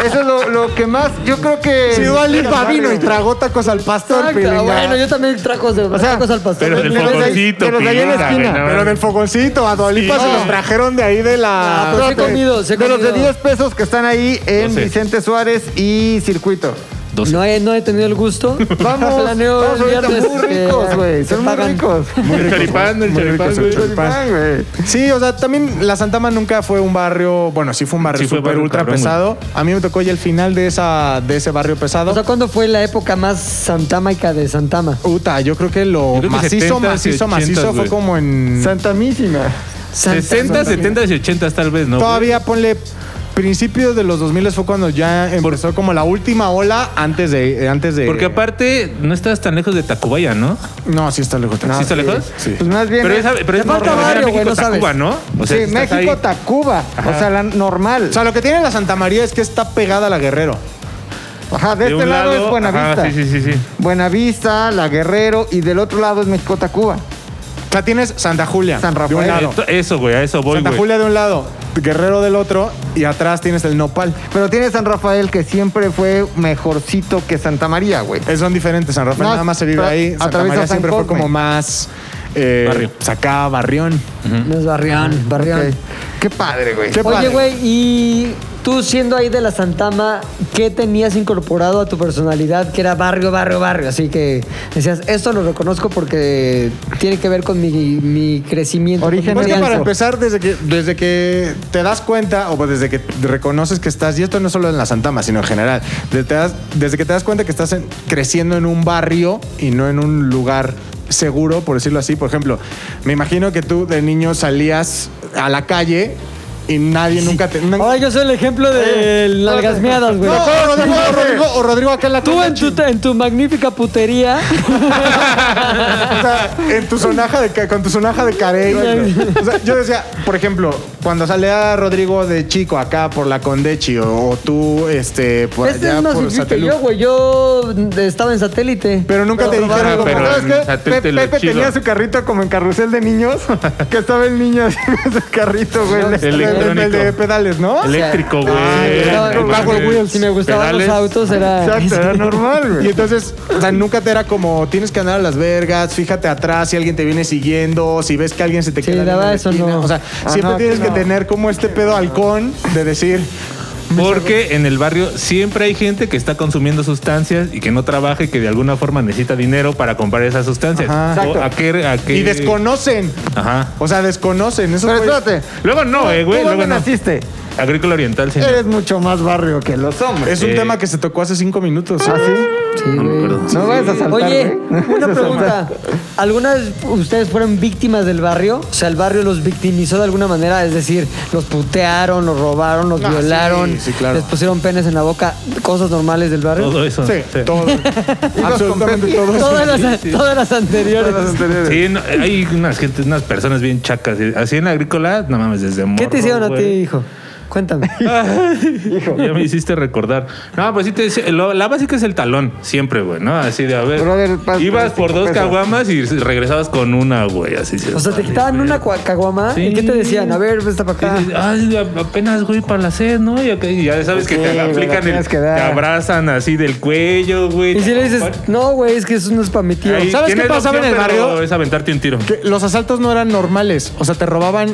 es lo, lo que más... Yo creo que... Si Dua Lipa Barrio. vino y tragó tacos al pastor, Exacto. Pilinga. Bueno, yo también tracos de sea, tacos al pastor. Pero del Pero de- fogoncito, pero de ahí en la pilinga, esquina. güey, no, Pero del fogoncito, a Dua Lipa Sí. se los trajeron de ahí de la... Ah, pero sí he Espérate, comido, sí he de los de comido. 10 pesos que están ahí en Doce. Vicente Suárez y Circuito. Doce. No he, no he tenido el gusto. [laughs] [laughs] Vamos, Planeo vamos el ahorita viernes muy que- ricos, güey. que Son muy pagan. [laughs] ricos. El choripán, el Muy rico choripán, ese güey. choripán. Pan, güey. Sí, o sea, también la Santama nunca fue un barrio, bueno, sí fue un barrio Sí fue súper barrio ultra cabrón, pesado. A mí me tocó ya el final de esa de ese barrio pesado. O sea, ¿cuándo fue la época más santámaica de Santama? Uta, yo creo que lo Yo creo que macizo, 70s y macizo, 80s, macizo fue güey. como en Santamísima. Santa- 60, 70 y 80 tal vez, ¿no? güey? todavía ponle principios de los 2000 fue cuando ya empezó como la última ola antes de eh, antes de Porque aparte, no estás tan lejos de Tacubaya, ¿no? No, sí está lejos. Ah, ¿Sí está lejos? Sí. Pues más bien. Pero es- esa- pero es Te falta normal, barrio, era güey, no sabes. Tacuba, ¿no? O sí, sea, si estás México, ahí- Tacuba. O sea, la normal. O sea, lo que tiene la Santa María es que está pegada a la Guerrero. Ajá, de, de este un lado, es ajá, Buenavista. Sí, sí, sí, sí. Buenavista, La Guerrero y del otro lado es México, Tacuba. O sea, tienes Santa Julia San de un Rafael. lado, Esto- eso, güey, a eso voy, Santa güey. Julia de un lado, Guerrero del otro y atrás tienes el Nopal. Pero tiene San Rafael que siempre fue mejorcito que Santa María, güey. Eh, Son diferentes. San Rafael No, nada más se vive pero ahí. Santa atraviesa María San siempre fue Cosme. como más. eh, Barrio. Sacá, barrión. ¿Mm? No es barrión, barrión. Ok. Qué padre, güey. Qué Oye, padre. güey, y Tú siendo ahí de la Santama, ¿qué tenías incorporado a tu personalidad que era barrio, barrio, barrio? Así que decías, esto lo reconozco porque tiene que ver con mi, mi crecimiento. con mi Pues Porque crianza". para empezar, desde que, desde que te das cuenta, o pues desde que reconoces que estás, y esto no solo en la Santama, sino en general, desde, te das- desde que te das cuenta que estás en- creciendo en un barrio y no en un lugar seguro, por decirlo así. Por ejemplo, me imagino que tú de niño salías a la calle y nadie nunca te... Ahora yo soy el ejemplo de largas miadas, güey. No, Rodrigo, Sí, güey. Rodrigo, o Rodrigo acá en la Tú en tu, en tu magnífica putería. O sea, en tu sonaja de, ca- con tu sonaja de carey. O sea, yo decía, por ejemplo, cuando salía Rodrigo de chico acá por la Condechi o, o tú este, por este allá es más por difícil que Satelú. yo, güey. Yo estaba en satélite. Pero nunca te dijeron Ah, como, pero ¿sabes en qué? satélite Pe- lo Pepe chido. tenía su carrito como en carrusel de [laughs] niños, que estaba el niño así con su carrito, güey. el- el- el, Electrónico. de pedales, ¿no? Eléctrico, [laughs] güey. Ah, Eléctrico, el Power güey. Wheels. Si me gustaban Pedales. los autos, era. Exacto, era normal, güey. Y entonces, o sea, nunca te era como, tienes que andar a las vergas, fíjate atrás si alguien te viene siguiendo, si ves que alguien se te Sí, la queda viendo en verdad, la eso esquina. no. O sea, Ah, siempre no, tienes aquí que no. tener como este pedo halcón de decir, Porque en el barrio siempre hay gente que está consumiendo sustancias y que no trabaja y que de alguna forma necesita dinero para comprar esas sustancias. Ajá. O a qué- a qué- y desconocen. Ajá. O sea, desconocen. Eso Pero espérate. Luego no, eh, güey. ¿Tú Luego dónde no. naciste? Agrícola oriental, Eh, señor. Eres mucho más barrio que los hombres. Es un Eh. tema que se tocó hace cinco minutos. ¿Ah, sí? Sí, No me güey. acuerdo. No vayas a saltar, Oye, güey. [laughs] una pregunta. ¿Alguna vez ustedes fueron víctimas del barrio? O sea, el barrio los victimizó de alguna manera, es decir, los putearon, los robaron, los Ah, sí, violaron, sí, claro. les pusieron penes en la boca, cosas normales del barrio. Todo eso. Sí, Sí. todo. absolutamente todo. eso. Todas las, todas las anteriores. Sí, no, hay unas, gente, unas personas bien chacas. Así en la agrícola, no mames, desde ¿Qué morro, te hicieron a ti, güey. hijo? Cuéntame. Ya me hiciste recordar. No, pues sí te decía, lo- la básica es el talón, siempre, güey, ¿no? Así de, a ver, Brother, pas- ibas por dos pesos. caguamas y regresabas con una, güey, así. dices, O sea, te "Vale, quitaban güey". una cua- caguama Sí. y ¿qué te decían? A ver, esta para acá. Dices, Ay, a- apenas, güey, para la sed, ¿no? Y, acá- y ya sabes que Sí, te güey, la aplican el... tienes que Te dar. abrazan así del cuello, güey. Y si le dices, no, güey, es que eso no es para mi tío. Ahí ¿sabes qué tienes la pasaba en opción, el pero barrio? Es aventarte un tiro. Que los asaltos no eran normales. O sea, te robaban.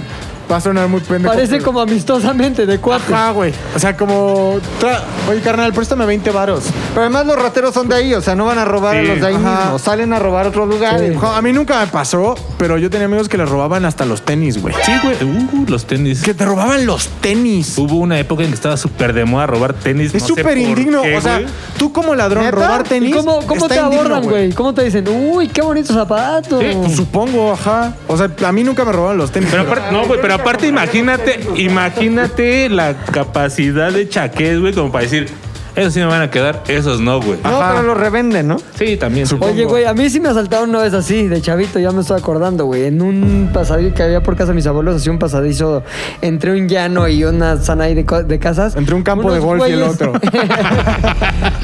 Va a sonar muy pendejo. Parece como amistosamente de cuatro. Ah, Ajá, güey. O sea, como. tra- Oye, carnal, préstame 20 varos. Pero además los rateros son de ahí, o sea, no van a robar Sí, a los de ahí ajá. mismo. Salen a robar a otros lugares. Jo, A mí nunca me pasó, pero yo tenía amigos que les robaban hasta los tenis, güey. Sí, güey. Uh, los tenis. Que te robaban los tenis. Hubo una época en que estaba súper de moda robar tenis. Es no sé súper por indigno. qué, o sea, güey. tú como ladrón, ¿Neta? robar ¿Y tenis. ¿Y cómo, cómo está te indigno, abordan, güey? ¿Cómo te dicen? Uy, qué bonito zapato. Sí, pues, supongo, ajá. O sea, a mí nunca me robaban los tenis. Pero aparte, no, güey, pero aparte imagínate, imagínate la capacidad de chaqués, güey, como para decir, esos sí me van a quedar, esos no, güey. No, Ajá. pero los revenden, ¿no? Sí, también. Oye, güey, a mí sí me asaltaron una vez así, de chavito, ya me estoy acordando, güey. En un pasadillo que había por casa de mis abuelos, hacía un pasadizo entre un llano y una zona ahí de, co- de casas. Entre un campo de golf y el otro. [laughs]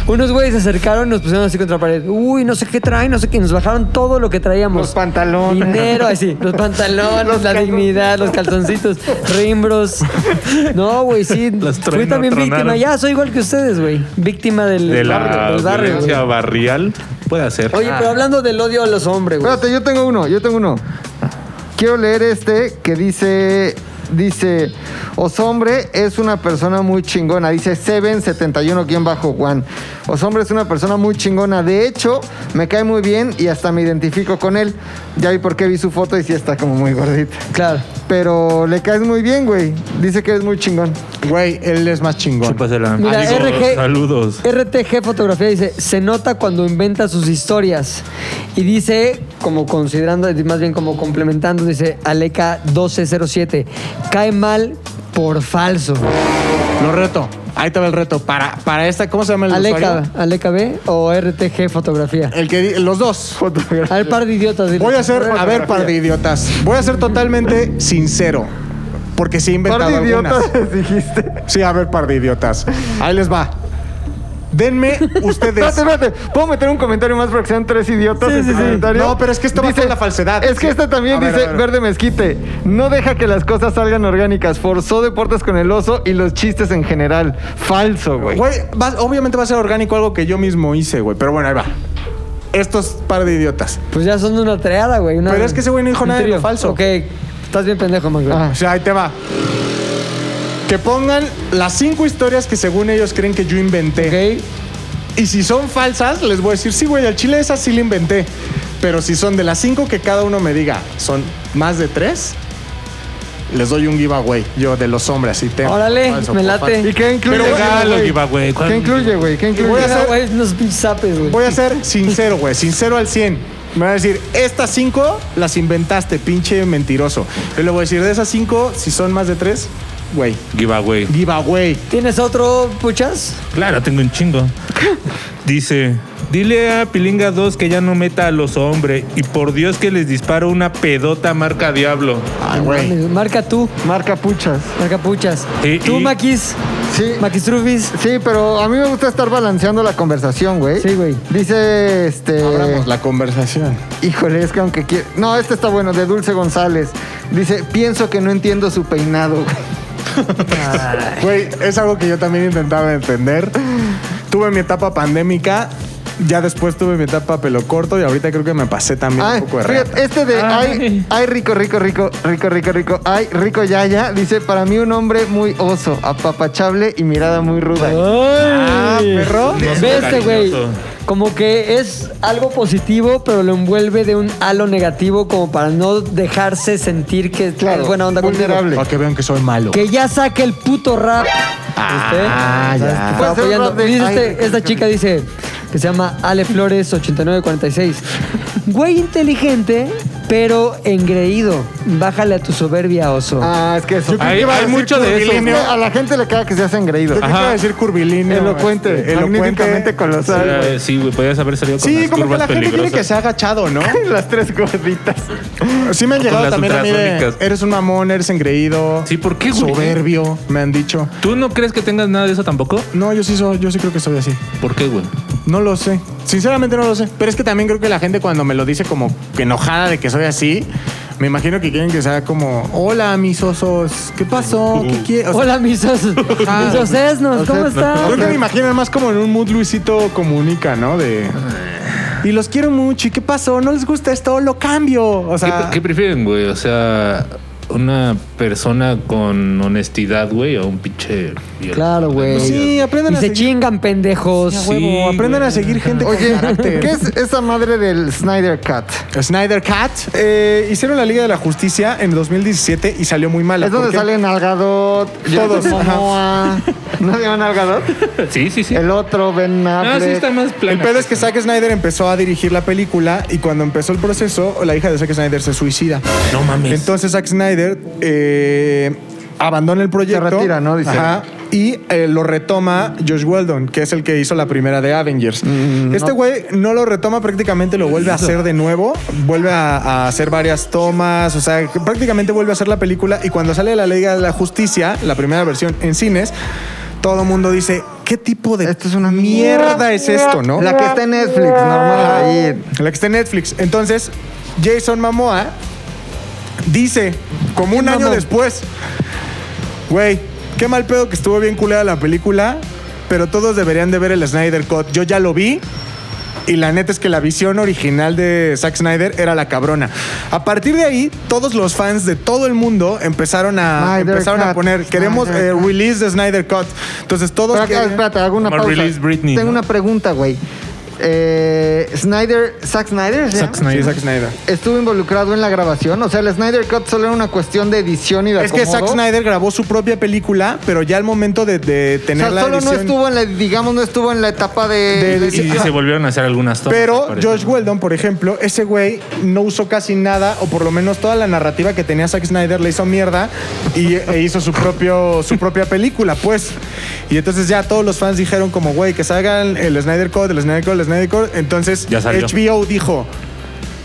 unos güeyes se acercaron y nos pusieron así contra la pared. Uy, no sé qué traen, no sé qué. Nos bajaron todo lo que traíamos. Los pantalones. Dinero, así. [laughs] Los pantalones, Los la calzoncitos. dignidad, los calzoncitos, rimbros. No, güey, sí. Los Fui tronó- también víctima. tronaron. Ya, soy igual que ustedes, güey. Víctima del, de la barrio, del barrio, güey. violencia barrial puede hacer. Oye, pero hablando del odio a los hombres, güey. Espérate, yo tengo uno, yo tengo uno. Quiero leer este que dice. Dice, Osombre es una persona muy chingona. Dice 771-1. Osombre es una persona muy chingona. De hecho, me cae muy bien y hasta me identifico con él. Ya vi por qué vi su foto y sí está como muy gordita. Claro. Pero le caes muy bien, güey. Dice que eres muy chingón. Güey, él es más chingón. Chúpasela. Mira, Amigos, RG, Saludos. RTG Fotografía dice, se nota cuando inventa sus historias. Y dice, como considerando, más bien como complementando, dice Aleca 1207, cae mal por falso. Lo reto. Ahí te va el reto. Para, para esta, ¿cómo se llama el Aleca, usuario? Aleca B o RTG Fotografía. [laughs] El que di- los dos. Al par de idiotas. dile. Voy a ser, a ver, par de idiotas. Voy a ser totalmente sincero. Porque sí he Par inventado de [laughs] algunas. idiotas, dijiste. Sí, a ver, par de idiotas. Ahí les va. Denme ustedes. [laughs] Espérate, espérate. ¿Puedo meter un comentario más porque sean tres idiotas en tu comentario? No, pero es que esto va con la falsedad. Es que este también A ver, dice a ver. Verde Mezquite. No deja que las cosas salgan orgánicas. Forzó deportes con el oso y los chistes en general. Falso, güey. Güey, va- obviamente va a ser orgánico algo que yo mismo hice, güey. Pero bueno, ahí va. Estos par de idiotas. Pues ya son una treada, güey. una- Pero es que ese güey no dijo un nada de lo trío. falso. Ah, Ok, estás bien pendejo, man. O sea, ahí te va. que pongan las cinco historias que según ellos creen que yo inventé. Y si son falsas, les voy a decir, sí, güey, al chile esa sí la inventé. Pero si son de las cinco que cada uno me diga, son más de tres, les doy un giveaway. Yo de los hombres, así te. Órale, falso, me por late. falso. ¿Y qué incluye? Pero, Regalo, güey, güey. giveaway. ¿Cuál? ¿Qué incluye, güey? ¿Qué incluye? Voy a hacer- güey, unos pinches zapes, güey. Voy a ser sincero, güey, sincero al 100. Me van a decir, estas cinco las inventaste, pinche mentiroso. Yo le voy a decir, de esas cinco, si son más de tres, güey, Giveaway. giveaway. ¿Tienes otro, puchas? Claro, tengo un chingo. Dice, dile a Pilinga 2 que ya no meta a los hombres y por Dios que les disparo una pedota marca Diablo. Ay, güey. Mames, Marca tú, Marca puchas. marca puchas. Y- tú, y- Maquis. Sí. Maquis Trufis. Sí, pero a mí me gusta estar balanceando la conversación, güey. Sí, güey. Dice, este... Abramos la conversación. Híjole, es que aunque quiera... No, este está bueno, de Dulce González. Dice, pienso que no entiendo su peinado, güey. Güey, es algo que yo también intentaba entender. Tuve mi etapa pandémica, ya después tuve mi etapa pelo corto y ahorita creo que me pasé también Ay, un poco de reata. Ah, fíjate, este de ay, ay, rico, rico, rico, rico, rico, rico, ay, rico, ya, ya, dice, para mí un hombre muy oso, apapachable y mirada muy ruda. Ah, perro. Ve este, güey. Cariñoso. Como que es algo positivo, pero lo envuelve de un halo negativo, como para no dejarse sentir que Claro, es buena onda contigo. vulnerable. Para que vean que soy malo. Que ya saque el puto rap. Ah, ¿Viste? O sea, ya. te está Puede ser un apoyando. rap de- Dice este- Ay, qué esta rico. chica dice que se llama Ale Flores 8946. Güey inteligente, pero engreído. Bájale a tu soberbia, oso. Ah, es que eso. Hay- iba a hay decir mucho de eso. curvilíneo. A la gente le caga que se hace engreído. Yo iba a decir curvilíneo. Elocuente, este, magníficamente Sí, colosal. güey. eh, Sí, güey, podías haber salido con Sí, las como que curvas la gente quiere que peligrosas. se haga agachado, ¿no? [laughs] Las tres gorditas. Sí me han llegado las también a mí de, ultrasónicas. eres un mamón, eres engreído. Sí, ¿por qué, güey? Soberbio, me han dicho. ¿Tú no crees que tengas nada de eso tampoco? No, yo sí soy, yo sí creo que soy así. ¿Por qué, güey? No lo sé. Sinceramente no lo sé. Pero es que también creo que la gente cuando me lo dice como que enojada de que soy así, me imagino que quieren que sea como, hola, mis osos, ¿qué pasó? ¿Qué quieres? O sea, Hola, mis osos. mis osesnos, ¿cómo Creo que me están? imagino más como en un mood Luisito comunica, ¿no? De... Y los quiero mucho. ¿Y qué pasó? ¿No les gusta esto? Lo cambio. O ¿Qué, sea, qué prefieren, güey? O sea, una persona con honestidad, güey, o un pinche... violador Claro, de güey. novias, sí, aprendan Y a se seguir. chingan, pendejos. a huevo, Sí, aprendan güey. a seguir gente Oye, con carácter. ¿qué es esa madre del Snyder Cut? Snyder Cat eh, hicieron la Liga de la Justicia en 2017 y salió muy mala. Es donde porque- sale Nalgadot, Todos, Jason ajá. Momoa. [laughs] ¿No se llama Nalgadot? [laughs] Sí, sí, sí. El otro, Ben Ah, sí, está Affleck. más plana. El pues, pedo es que Zack Snyder empezó a dirigir la película y cuando empezó el proceso, la hija de Zack Snyder se suicida. No mames. Entonces Zack Snyder eh, abandona el proyecto. retira, ¿no? Dice. Ajá. Y eh, lo retoma Josh Weldon, que es el que hizo la primera de Avengers. Mm, este güey no. lo retoma, prácticamente lo vuelve a hacer de nuevo. Vuelve a, a hacer varias tomas. O sea, que prácticamente vuelve a hacer la película. Y cuando sale la Liga de la Justicia, la primera versión en cines, todo el mundo dice: ¿Qué tipo de Esto es una mierda es esto, no? La que está en Netflix, normal. Ahí. La que está en Netflix. Entonces, Jason Momoa dice, como un año después, güey, qué mal pedo que estuvo bien culera la película, pero todos deberían de ver el Snyder Cut. Yo ya lo vi. Y la neta es que la visión original de Zack Snyder era la cabrona. A partir de ahí, todos los fans de todo el mundo empezaron a, Snyder empezaron a Cut, poner, queremos Snyder eh, Cut". release de Snyder Cut. Entonces todos... Espérate, querían- espérate, hago una Como pausa. Release Britney, Tengo ¿no? una pregunta, güey. Eh, Snyder, Zack Snyder, ¿se Zack llama? Sí, Zack Snyder. estuvo involucrado en la grabación. O sea, el Snyder Cut solo era una cuestión de edición y de Es que acomodo. Zack Snyder grabó su propia película, pero ya al momento de, de O tener sea, la solo no edición- estuvo en la, digamos, no estuvo en la etapa de, De de- Y se volvieron a hacer algunas tomas. me Pero parece. Josh Weldon, por ejemplo, ese güey no usó casi nada, o por lo menos toda la narrativa que tenía Zack Snyder le hizo mierda y e hizo su, propio, su propia película, pues. Y entonces ya todos los fans dijeron como, güey, que salgan el Snyder Code, el Snyder Code, el Snyder Code. Entonces Ya salió. HBO dijo,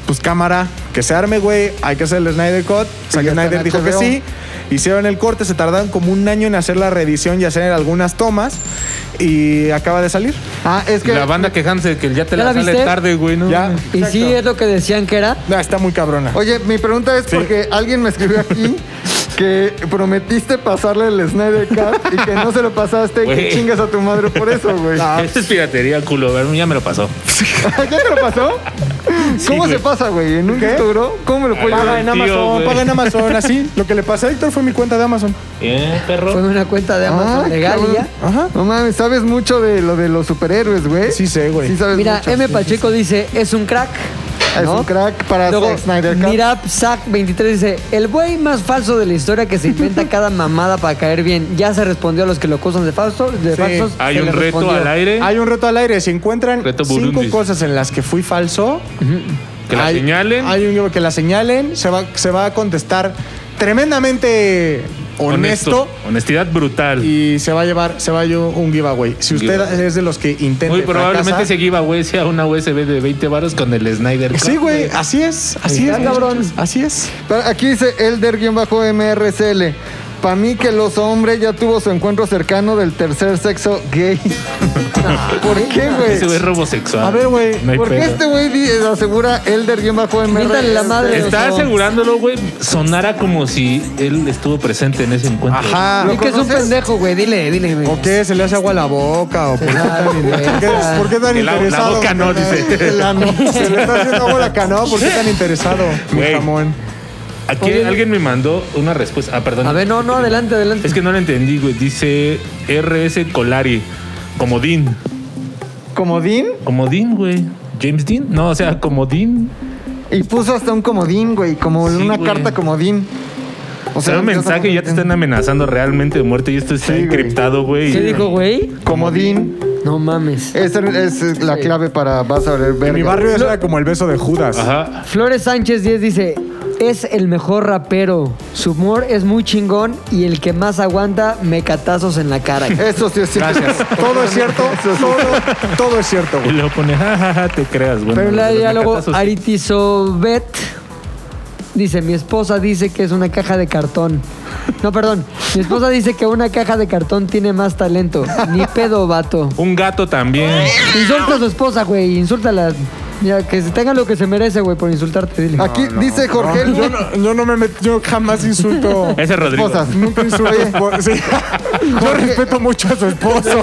pues cámara, que se arme, güey, hay que hacer el Snyder Cut. Zack ya está Snyder en dijo que HBO. sí. Hicieron el corte, se tardaron como un año en hacer la reedición y hacer algunas tomas. Y acaba de salir. Ah, es que La banda quejándose que ya te ¿Ya la la, sale viste? tarde, güey, ¿no? [laughs] Ya. Y sí, es lo que decían que era. Ah, está muy cabrona. Oye, mi pregunta es porque alguien me escribió [laughs] aquí que prometiste pasarle el Snyder Cut y que no se lo pasaste y que Güey. chingas a tu [laughs] madre por eso, güey. Esta es piratería, culo. A ver, ya me lo pasó. ¿Ya te lo pasó? ¿Cómo güey. se pasa, güey? ¿En un ¿Qué? disco duro? ¿Cómo me lo puedo Paga en tío, Amazon, güey. paga en Amazon, [laughs] así. Lo que le pasó a Héctor fue mi cuenta de Amazon. ¿Eh, Fue perro? una cuenta de Amazon Ah, legal y cabrón. ya. Ajá. No mames, sabes mucho de lo de los superhéroes, güey. Sí sé, güey. Sí sabes Mira, mucho. M. Pacheco dice, es un crack. Es ¿no? un crack para Luego, Zack Snyder Cut. Mirab Zack 23 dice, el güey más falso de la historia que se [laughs] inventa cada mamada para caer bien. Ya se respondió a los que lo acusan de falso. De Sí. falsos, Hay se un les reto respondió. al aire Hay un reto al aire. Si encuentran Reto cinco Burundis. cosas en las que fui falso, que la hay- señalen. Hay un que la señalen. Se va, se va a contestar tremendamente honesto. Honesto. Honestidad brutal. Y se va a llevar, se va a llevar un giveaway. Si usted Giveaway. es de los que intenta. Muy probablemente ese giveaway sea una USB de 20 varos con el Snyder Cut, Sí, güey, así es, así es, cabrón. Así es. Pero Aquí dice Elder-MRCL. Pa' mí que los hombres ya tuvo su encuentro cercano del tercer sexo [laughs] gay. ¿Por qué, Ese güey güey? es robosexual. A ver, güey, No hay ¿Por qué pedo. este güey di- asegura Elder-MRCL? Miéntale la madre. Está asegurándolo, güey. Sonara como si él estuvo presente en ese encuentro. Ajá. Y que es un conoces? pendejo, güey. Dile, dile, güey. ¿O qué? ¿Se le hace agua a la boca? ¿O por qué tan, ¿por qué, por qué tan Que la- la interesado? boca no, dice. La no. Se le está haciendo agua a la canoa. ¿Por [laughs] qué tan interesado, mi Güey. jamón? Aquí Oye. alguien me mandó una respuesta. Ah, perdón. A ver, no, no, adelante, adelante. Es que no la entendí, güey. Dice RS Colari. Como Dean. ¿Comodín? Como Dean, güey. James Dean. No, o sea, como Dean. Y puso hasta un comodín, güey. Como Sí, una güey. carta comodín. O sea, un mensaje y ya te están amenazando realmente de muerte. Y esto está Sí, güey. encriptado, güey. ¿Qué dijo, güey? Comodín. No mames. Esa es la clave para vas a ver verga. En mi barrio eso era como el beso de Judas. Ajá. Flores Sánchez 10 dice, es el mejor rapero. Su humor es muy chingón y el que más aguanta mecatazos en la [laughs] cara. Eso sí es cierto. Todo es cierto. Todo, todo es [laughs] cierto, Y [laughs] güey. luego pone, jajaja, te creas, güey. Pero la Los diálogo mecatazos. Aritisobet dice, mi esposa dice que es una caja de cartón. No, perdón. Mi esposa dice que una caja de cartón tiene más talento. Ni pedo, vato. Un gato también. Insulta a su esposa, güey. Insúltala. Mira, que se tenga lo que se merece, güey, por insultarte. Dile. Aquí dice Jorge. No, yo, no, yo no me meto, yo jamás insulto. Ese es Rodrigo. Esposas. Nunca insulto. Oye. por- [laughs] sí. Yo respeto mucho a su esposo.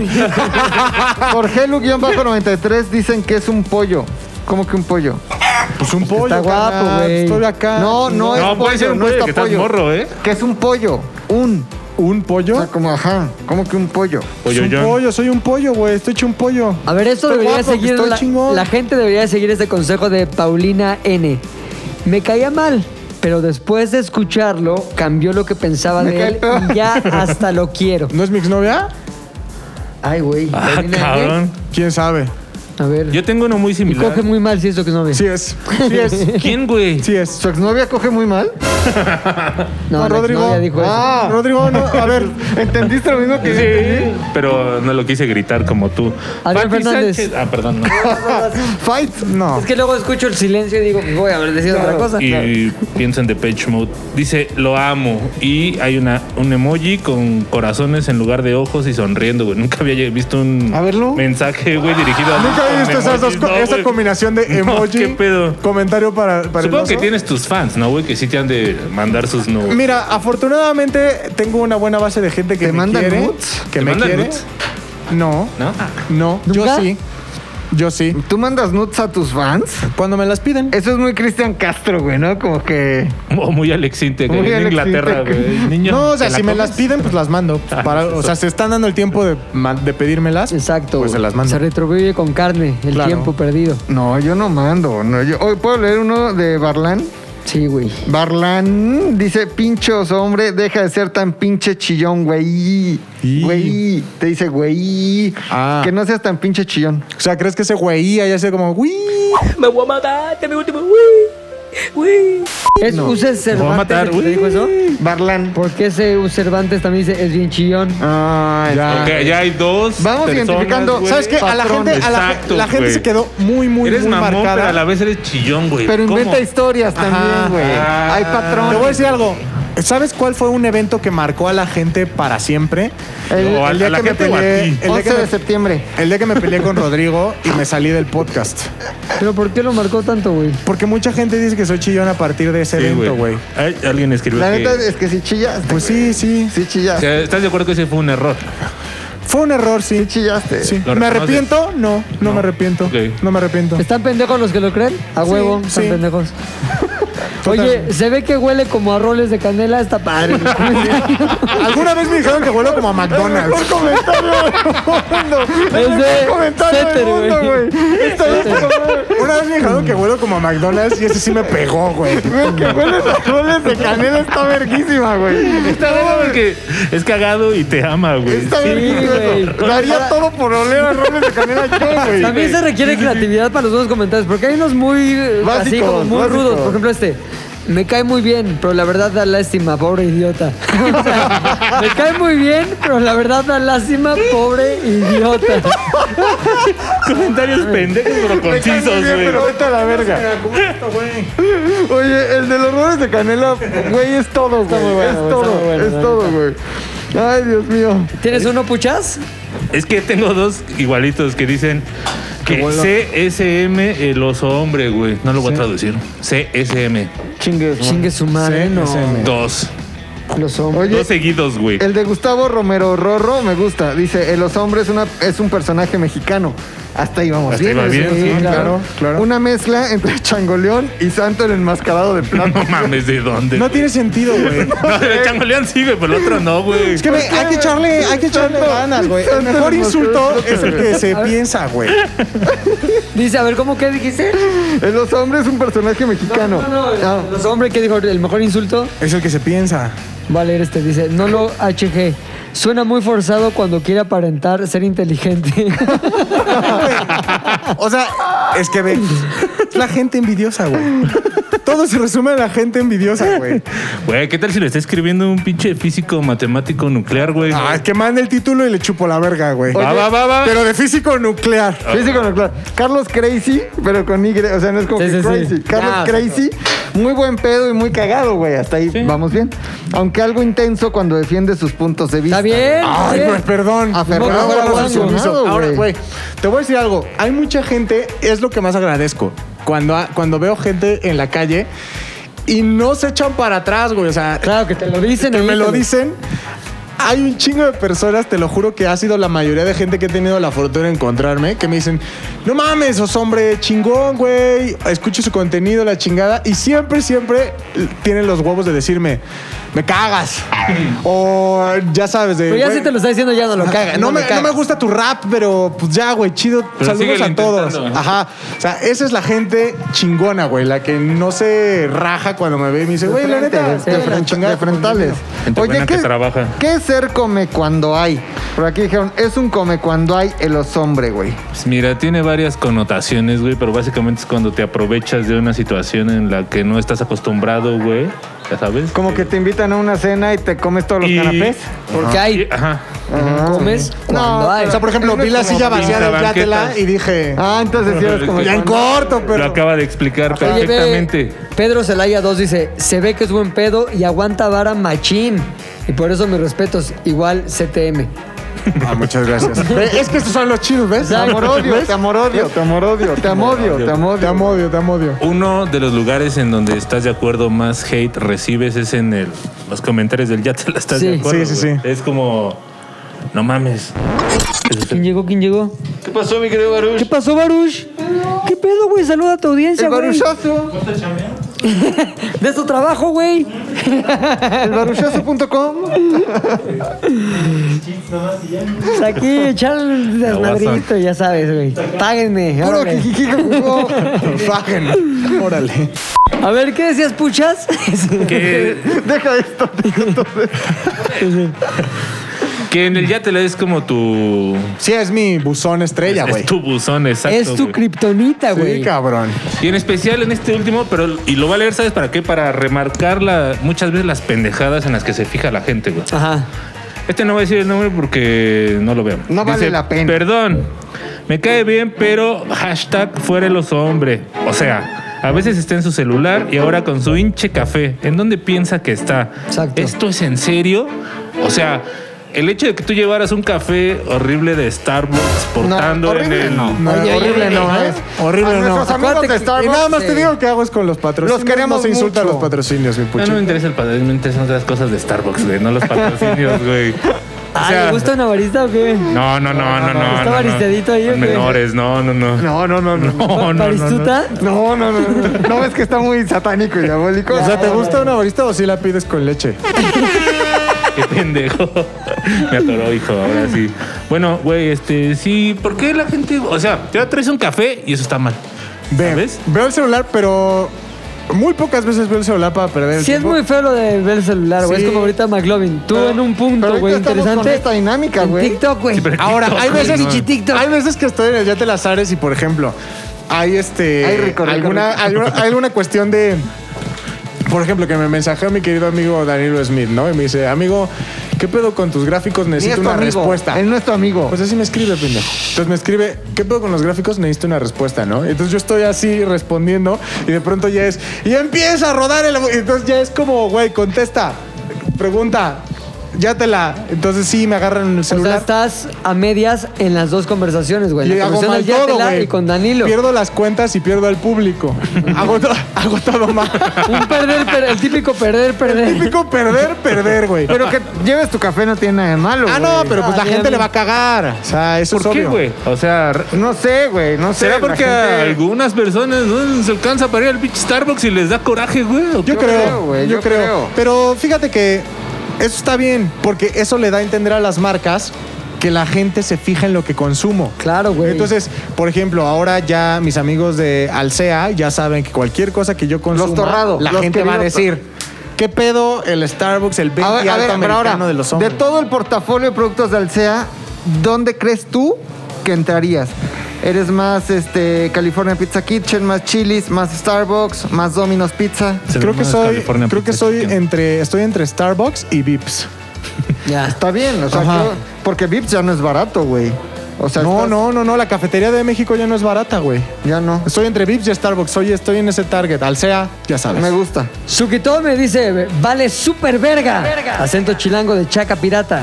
Jorge bajo 93 dicen que es un pollo. ¿Cómo que un pollo? Pues un pollo. Está guapo, carnal, güey. Estoy acá. No, no, es No, pollo. Ah, puede ser un no pollo está que estás morro, ¿eh? Que es un pollo. Un. ¿Un O pollo? sea, como ajá. ¿Cómo que un pollo? Pues un Polloyón. pollo, soy un pollo, güey. Estoy hecho un pollo. A ver, esto Estoy debería guapo, seguir. estoy La, chingón. la gente debería seguir este consejo de Paulina N. Me caía mal, pero después de escucharlo, cambió lo que pensaba Me de cae él peor. y ya hasta lo quiero. ¿No es mi exnovia? Ay, güey. Ah, Paulina N. cabrón. ¿Quién sabe? A ver. Yo tengo uno muy y similar. coge muy mal si es lo que no ve. Sí es. [laughs] Sí es. ¿Quién, güey? Sí es. ¿Su exnovia coge muy mal? No, No, la Rodrigo. exnovia dijo eso. ah, Rodrigo, no. A ver. ¿Entendiste lo mismo que Sí, pero no lo quise gritar como tú. Adrián Pati Fernández. Sánchez- Ah, [laughs] perdón. no. Fight. No. Es que luego escucho el silencio y digo, voy a haber decidido otra cosa. Y pienso en Depeche Mode. Dice, lo amo. Y hay una, un emoji con corazones en lugar de ojos y sonriendo, güey. Nunca había visto un A verlo. mensaje, güey, dirigido a Nunca con he visto esas dos, emojis, co- no, esa güey. combinación de [laughs] No, emoji. ¿Qué pedo? Comentario para, para el Supongo que oso. tienes tus fans, ¿no, güey? Que sí te han de mandar sus no. Mira, afortunadamente tengo una buena base de gente que ¿Te me mandan quiere. nudes? Que ¿Te me mandan quiere. nudes? No, ¿No? no. Yo ¿Nunca? sí. Yo sí. ¿Tú mandas nudes a tus fans? Cuando me las piden. Eso es muy Cristian Castro, güey, ¿no? Como que. O muy Alex Intec, Muy en Alex Inglaterra, Intec. güey. Niño, No, o sea, ¿te la si me comes? las piden, pues las [laughs] mando. Ah, Para- o eso. sea, se están dando el tiempo de, ma- de pedírmelas. Exacto. Pues se güey. las mando. Se retrovive con carne el Claro. tiempo perdido. No, yo no mando. No, yo... Hoy puedo leer uno de Barlan. Sí, güey. Barlan Mm, dice, pinchos, hombre, deja de ser tan pinche chillón, güey. Y- Güey. Te dice, güey. Ah. Que no seas tan pinche chillón. O sea, ¿crees que ese güey ya sea como, "Uy"? Me voy a matar, te me último. Uy, uy. ¿Es Uses voy a Cervantes matar, el que te güey. dijo eso? Barlan. ¿Por qué ese Uses Cervantes también dice es bien chillón? Ah, Ya. Ok, ya hay dos. Vamos identificando, güey. ¿Sabes qué? A la gente, a la, ge- Exacto, la gente güey. se quedó muy, muy, Eres muy mamón, pero marcada. a la vez eres chillón, güey. Pero ¿Cómo? inventa historias también, güey. Ah. Hay Te patrones. voy a decir algo. ¿Sabes cuál fue un evento que marcó a la gente para siempre? El, No, a- el día a la que me gente o a peleé- ti. el día 11 que de me- septiembre. El día que me peleé con Rodrigo y me salí del podcast. ¿Pero por qué lo marcó tanto, güey? Porque mucha gente dice que soy chillón a partir de ese Sí, evento, güey. Ay, Alguien escribió La que... neta es que si chillas. Pues sí, sí. Sí O chillas. sea, ¿Estás de acuerdo que ese fue un error? Fue un error, sí. Sí chillaste. Sí. ¿Lo ¿Me reconoces? arrepiento? No, no, No. me arrepiento. Ok. No me arrepiento. ¿Están pendejos los que lo creen? A Sí, huevo, están sí. pendejos. Totalmente. Oye, se ve que huele como a roles de canela, está padre. Alguna vez me dijeron que vuelo como a McDonald's. [laughs] comentario del mundo. Es El de mejor comentario Ceter, del mundo, güey. güey. Está bien, Una vez me dijeron que vuelo como a McDonald's y ese sí me pegó, güey. [laughs] güey, que hueles a roles de canela está verguísima, güey. Está bueno porque es cagado y te ama, güey. Está Sí, verguísima. güey. Daría todo por oler a roles de canela yo, güey. También se requiere creatividad para los buenos comentarios, porque hay unos muy eh, así Básicos, como muy básicos. rudos. Por ejemplo, este. Me cae muy bien, pero la verdad da lástima, pobre idiota. [laughs] O sea, me cae muy bien, pero la verdad da lástima, pobre [laughs] idiota. Comentarios pendejos Está pero muy concisos, bien, güey. pero vete a la verga. Oye, el de los roles de canela, güey, es todo, güey. muy bueno, es güey, está todo, muy bueno, es la todo, güey. Ay, Dios mío. ¿Tienes uno, puchas? Es que tengo dos igualitos que dicen que CSM el oso hombre, güey. No lo voy a traducir. CSM. Chingues, Chingue su madre, no. Dos. Los hombres. Oye, Dos seguidos, güey. El de Gustavo Romero Rorro me gusta. Dice, "Eh, los hombres una, es un personaje mexicano. Hasta ahí vamos Hasta ahí bien. ¿eh? va bien, sí, claro, claro. Una mezcla entre Changoleón y Santo el enmascarado de plata. [laughs] No mames, ¿de dónde? No tiene sentido, güey. [laughs] No, el changoleón sí, güey, pero el otro no, güey. Es que Pues güey, hay que echarle, hay que echarle Santo- ganas, güey. El Santo mejor hermoso, insulto creo que es el que se piensa, güey. Dice, a ver, ¿cómo que dijiste? En los hombres es un personaje mexicano. Ah, Los hombres, ¿qué dijo? El mejor insulto. Es el que se piensa. Va a leer este, dice, no lo HG. Suena muy forzado cuando quiere aparentar ser inteligente. [laughs] O sea, es que ve, es la gente envidiosa, güey. Todo se resume a la gente envidiosa, güey. Güey, ¿qué tal si lo está escribiendo un pinche físico matemático nuclear, güey? Ah, es que manda el título y le chupo la verga, güey. Va, va, va, va. Pero de físico nuclear. Físico no, claro. Carlos Crazy, pero con Y. O sea, no es como Sí, que sí, sí. Crazy. Carlos Ah, Crazy, muy buen pedo y muy cagado, güey. Hasta ahí vamos bien. Aunque algo intenso cuando defiende sus puntos de vista. ¿Está bien? Ay, ¿Sí? pues. güey, perdón. Aferrado No, no, no, no, al sumiso. abandonado, Ahora, güey. güey, te voy a decir algo. Hay mucha gente, es lo que más agradezco. Cuando, cuando veo gente en la calle y no se echan para atrás, güey. O sea, Claro, Ah, que te lo dicen. que ahí, me lo güey. dicen. Hay un chingo de personas, te lo juro que ha sido la mayoría de gente que he tenido la fortuna de encontrarme, que me dicen, no mames, sos hombre chingón, güey, escucho su contenido, la chingada, y siempre, siempre tienen los huevos de decirme, me cagas. o ya sabes, de... Pero ya "Güey, si te lo está diciendo, ya no lo caga. no, me, no caga. me gusta tu rap, pero pues ya, güey, chido. Pero Saludos síguele a todos. intentando. Ajá. O sea, esa es la gente chingona, güey, la que no se raja cuando me ve y me dice, güey, la frente, neta, de estoy en la frente, chingada de frentales. Gente buena que trabaja. ¿qué ser come cuando hay? Por aquí dijeron, es un come cuando hay el hombre, güey. Pues mira, tiene varias connotaciones, güey, pero básicamente es cuando te aprovechas de una situación en la que no estás acostumbrado, güey. Ya sabes. Como que te invitan a una cena y te comes todos los Y- canapés. Porque Y- hay Ajá. comes cuando No, hay. O sea, por ejemplo, vi la silla vacía de pinta Yatela banquetas. y dije, Ah, entonces sí eres como ya en corto, Lo pero. acaba de explicar Oye, ve, perfectamente. Pedro Celaya 2 dice, se ve que es buen pedo y aguanta vara machín. Y por eso mis respetos, igual CTM. Ah, muchas gracias. Ve, es que estos son los chidos, ¿ves? Te amor odio, te amor odio, te amor odio, te amor odio, te amor Te amo, odio. odio, te amo, odio. Uno de los lugares en donde estás de acuerdo más hate recibes es en el, los comentarios del ya te la estás Sí. de acuerdo. Sí, sí, güey. sí. Es como, no mames. ¿Quién llegó? ¿Quién llegó? ¿Qué pasó, mi querido Baruch? ¿Qué pasó, Baruch? ¿Qué pedo, güey? Saluda a tu audiencia, El güey. barulloso, De tu trabajo, güey. el barulloso.com. Aquí echar el desmadrito, ya sabes, güey. Páguenme. Puro órale. jijiji, jujujo. Fajen. Órale. A ver, ¿qué decías, puchas? Que, [laughs] Deja esto. [laughs] que en el ya te la es como tu, Sí, es mi buzón estrella, güey. es tu buzón, exacto. es tu güey. kriptonita, güey. Sí, cabrón. Y en especial en este último, pero y lo va a leer, ¿sabes para qué? Para remarcar la, muchas veces las pendejadas en las que se fija la gente, güey. Ajá. Este no voy a decir el nombre porque no lo veo. No vale la pena. Perdón, me cae bien, pero hashtag fuera los hombres. O sea, a veces está en su celular y ahora con su hinche café. ¿En dónde piensa que está? Exacto. ¿Esto es en serio? O sea, el hecho de que tú llevaras un café horrible de Starbucks portando en horrible el. no. No, Oye, horrible oye, no, oye, ¿eh? oye. Horrible A no. nuestros amigos Acuérdate de que- Y Starbucks. nada más Sí. te digo que hago es con los patrocinios. Los queremos No se insulta a mucho. los patrocinios, mi No, puchi. [laughs] no me interesa el patrón, me interesan otras cosas de Starbucks, güey, no los patrocinios, güey. Ah, ¿le gusta una barista o qué? No, no, no, no, no. ¿Está no, baristadito ahí o Son qué? menores, no, no, no. No, no, no, no. [laughs] No, no, no. ¿Baristuta? No, no, no. No, ¿No ves que está muy satánico y diabólico. O sea, ¿te gusta una barista o si la pides con leche? Qué pendejo. [laughs] Me atoró, hijo, ahora sí. Bueno, güey, este, sí, ¿por qué la gente? O sea, te traes un café y eso está mal. Ve- ¿Sabes? Veo el celular, pero muy pocas veces veo el celular para perder el Sí, es tiempo. muy feo lo de ver el celular, güey. Sí. Es como ahorita McLovin. Tú Pero- en un pero punto, ahorita güey, estamos con interesante. esta dinámica, En güey. TikTok, güey. Ah, Sí, pero- Ahora, [laughs] TikTok, hay güey, veces, no. Pinche TikTok. hay veces que estoy en el Yate Las Ares y, por ejemplo, hay este. Ay, rico, rico, alguna, rico. alguna- [laughs] hay alguna cuestión de. Por ejemplo, que me mensajeó mi querido amigo Danilo Smith, ¿no? Y me dice, amigo, ¿qué pedo con tus gráficos? Ni es Necesito tu una amigo. respuesta. Él no es tu amigo. Pues así me escribe, pendejo. Entonces me escribe, ¿qué pedo con los gráficos? Necesito una respuesta, ¿no? Entonces yo estoy así respondiendo y de pronto ya es, y ya empieza a rodar el... y Entonces ya es como, güey, contesta, pregunta, ya te la... Entonces sí, me agarran el O sea, celular. estás a medias en las dos conversaciones, güey. y La hago conversación mal del Yatela todo, güey. y con Danilo. Pierdo las cuentas y pierdo al [laughs] público. hago, to- hago todo mal. Un perder, per- el típico perder, perder. Típico perder, perder, güey. Pero que lleves tu café no tiene nada de malo. Ah, güey. no, pero pues Ah, la bien, gente le bien. va a cagar. O sea, eso es ¿Por qué, obvio. güey? O sea, r- No sé, güey. No sé. ¿será la porque a gente- algunas personas no se alcanza para ir al pinche Starbucks y les da coraje, güey? Yo, ¿O qué? creo, creo, güey, yo, yo creo. creo. Pero fíjate que eso está bien, porque eso le da a entender a las marcas que la gente se fija en lo que consumo. Claro, güey. Entonces, por ejemplo, ahora ya mis amigos de Alsea ya saben que cualquier cosa que yo consuma, torrado, la los gente va a queridos- decir, ¿qué pedo el Starbucks, el 20 A ver, a ver, alto pero americano ahora, de los hombres? de todo el portafolio de productos de Alsea, ¿dónde crees tú que entrarías? ¿Eres más este, California Pizza Kitchen, más Chili's, más Starbucks, más Domino's Pizza? Se creo ve que más soy, California creo que Pizza soy Chicken. entre, estoy entre Starbucks y Vips. Ya. Está bien, o sea, Ajá. creo- porque Vips ya no es barato, güey. O sea, No, estás- no, no, no, la cafetería de México ya no es barata, güey. Ya no. Estoy entre Vips y Starbucks, hoy estoy en ese target. Alsea, ya sabes. Me gusta. Suquito me dice, vale super verga. Acento chilango de chaca pirata.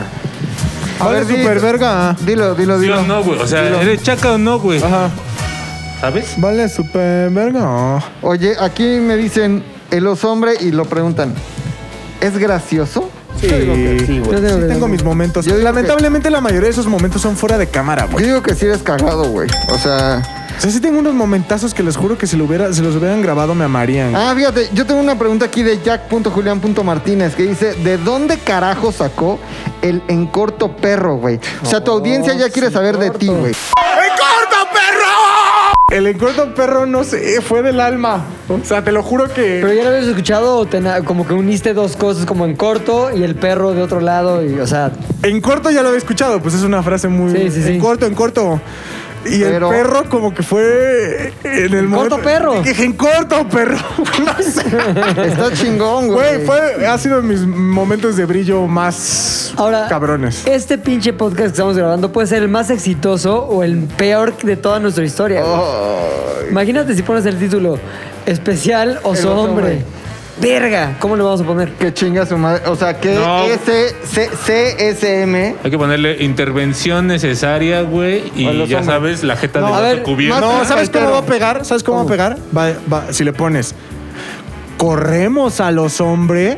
A ver, di- super verga. Dilo, dilo, Sí dilo. o no, güey. O sea, ¿eres chaca o no, güey? Ajá. ¿Sabes? Vale, super verga. Oye, aquí me dicen el los hombre y lo preguntan. ¿Es gracioso? Sí, sí, Yo digo que- tengo mis momentos. Yo digo Lamentablemente la mayoría de esos momentos son fuera de cámara, Yo güey. digo que sí eres cagado, güey. O sea, O sea, sí tengo unos momentazos que les juro que si, lo hubiera, si los hubieran grabado me amarían. Ah, fíjate, yo tengo una pregunta aquí de jack.julián.martínez que dice, ¿de dónde carajo sacó el en corto perro, güey? O sea, tu audiencia ya quiere saber de ti, güey. El encuentro perro, no sé, fue del alma. O sea, te lo juro Pero que... ya lo habías escuchado o te na- como que uniste dos cosas, como en corto y el perro de otro lado. Y, o sea, En corto ya lo había escuchado, pues es una frase muy... Sí, sí, sí. En corto, en corto. Y Pero- el perro como que fue en el corto, momento... perro. Dije, en corto, perro. [laughs] No sé. Está chingón, Güey, güey. fue, ha sido mis momentos de brillo más ahora. cabrones. Este pinche podcast que estamos grabando puede ser el más exitoso o el peor de toda nuestra historia. güey. Imagínate si pones el título especial oso oso hombre. hombre. Verga, ¿cómo le vamos a poner? Que chinga su madre. O sea, que No. ese CSM... Hay que ponerle intervención necesaria, güey. Y A los ya hombres. sabes, la jeta a del ver, vaso cubierto. más- No, ¿sabes cómo va a pegar? ¿Sabes cómo va a ¿Cómo? pegar? Va- va- si le pones, corremos a los hombres,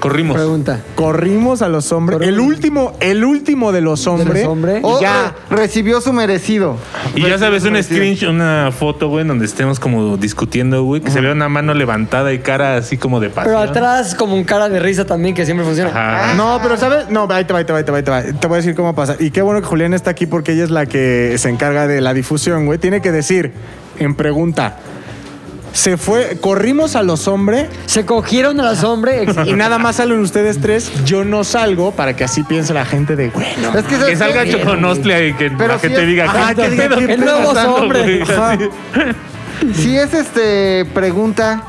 Corrimos. Pregunta. corrimos a los hombres, el Corrimos. último, el último de los hombres. hombres? y O ya. re- recibió su merecido. Y ya sabes, Recibió su un merecido. screenshot, una foto, güey, donde estemos como discutiendo, güey, que se vea una mano levantada y cara así como de pasión. Pero atrás como un cara de risa también que siempre funciona. Ajá. No, pero ¿sabes? No, ahí te va, ahí te va, ahí te va, ahí te va. Te voy a decir cómo pasa. Y qué bueno que Julián está aquí porque ella es la que se encarga de la difusión, güey. Tiene que decir, en pregunta, se fue, corrimos a los hombres Se cogieron a los hombres. ex- y nada más salen ustedes tres, yo no salgo para que así piense la gente de, güey, no Es que, Que ¿sabes salga qué? Choconostle y que Pero la sí gente es- diga, Ajá, "Ah, que ¿qué diga, pedo? ¿qué ¿Qué pedo está pasando, pasando, hombre?" güey? Así. Si es este pregunta,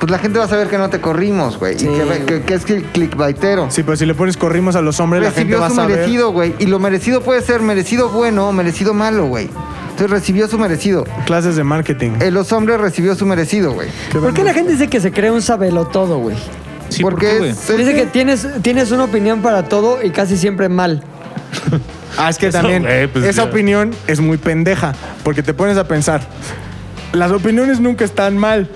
pues la gente va a saber que no te corrimos, güey. Sí, y que, güey. que- que es que el clickbaitero. Sí, pero si le pones corrimos a los hombres, la gente recibió va a su saber. merecido, güey. Y lo merecido puede ser merecido bueno o merecido malo, güey. Entonces recibió su merecido. Clases de marketing. Eh, los hombres recibió su merecido, güey. ¿Por qué la gente dice que se cree un sabelotodo, güey? Sí, ¿por qué, güey? es- Dice que tienes, tienes una opinión para todo y casi siempre mal. Ah, es que Eso, también güey, pues, esa ya. opinión es muy pendeja, porque te pones a pensar, las opiniones nunca están mal.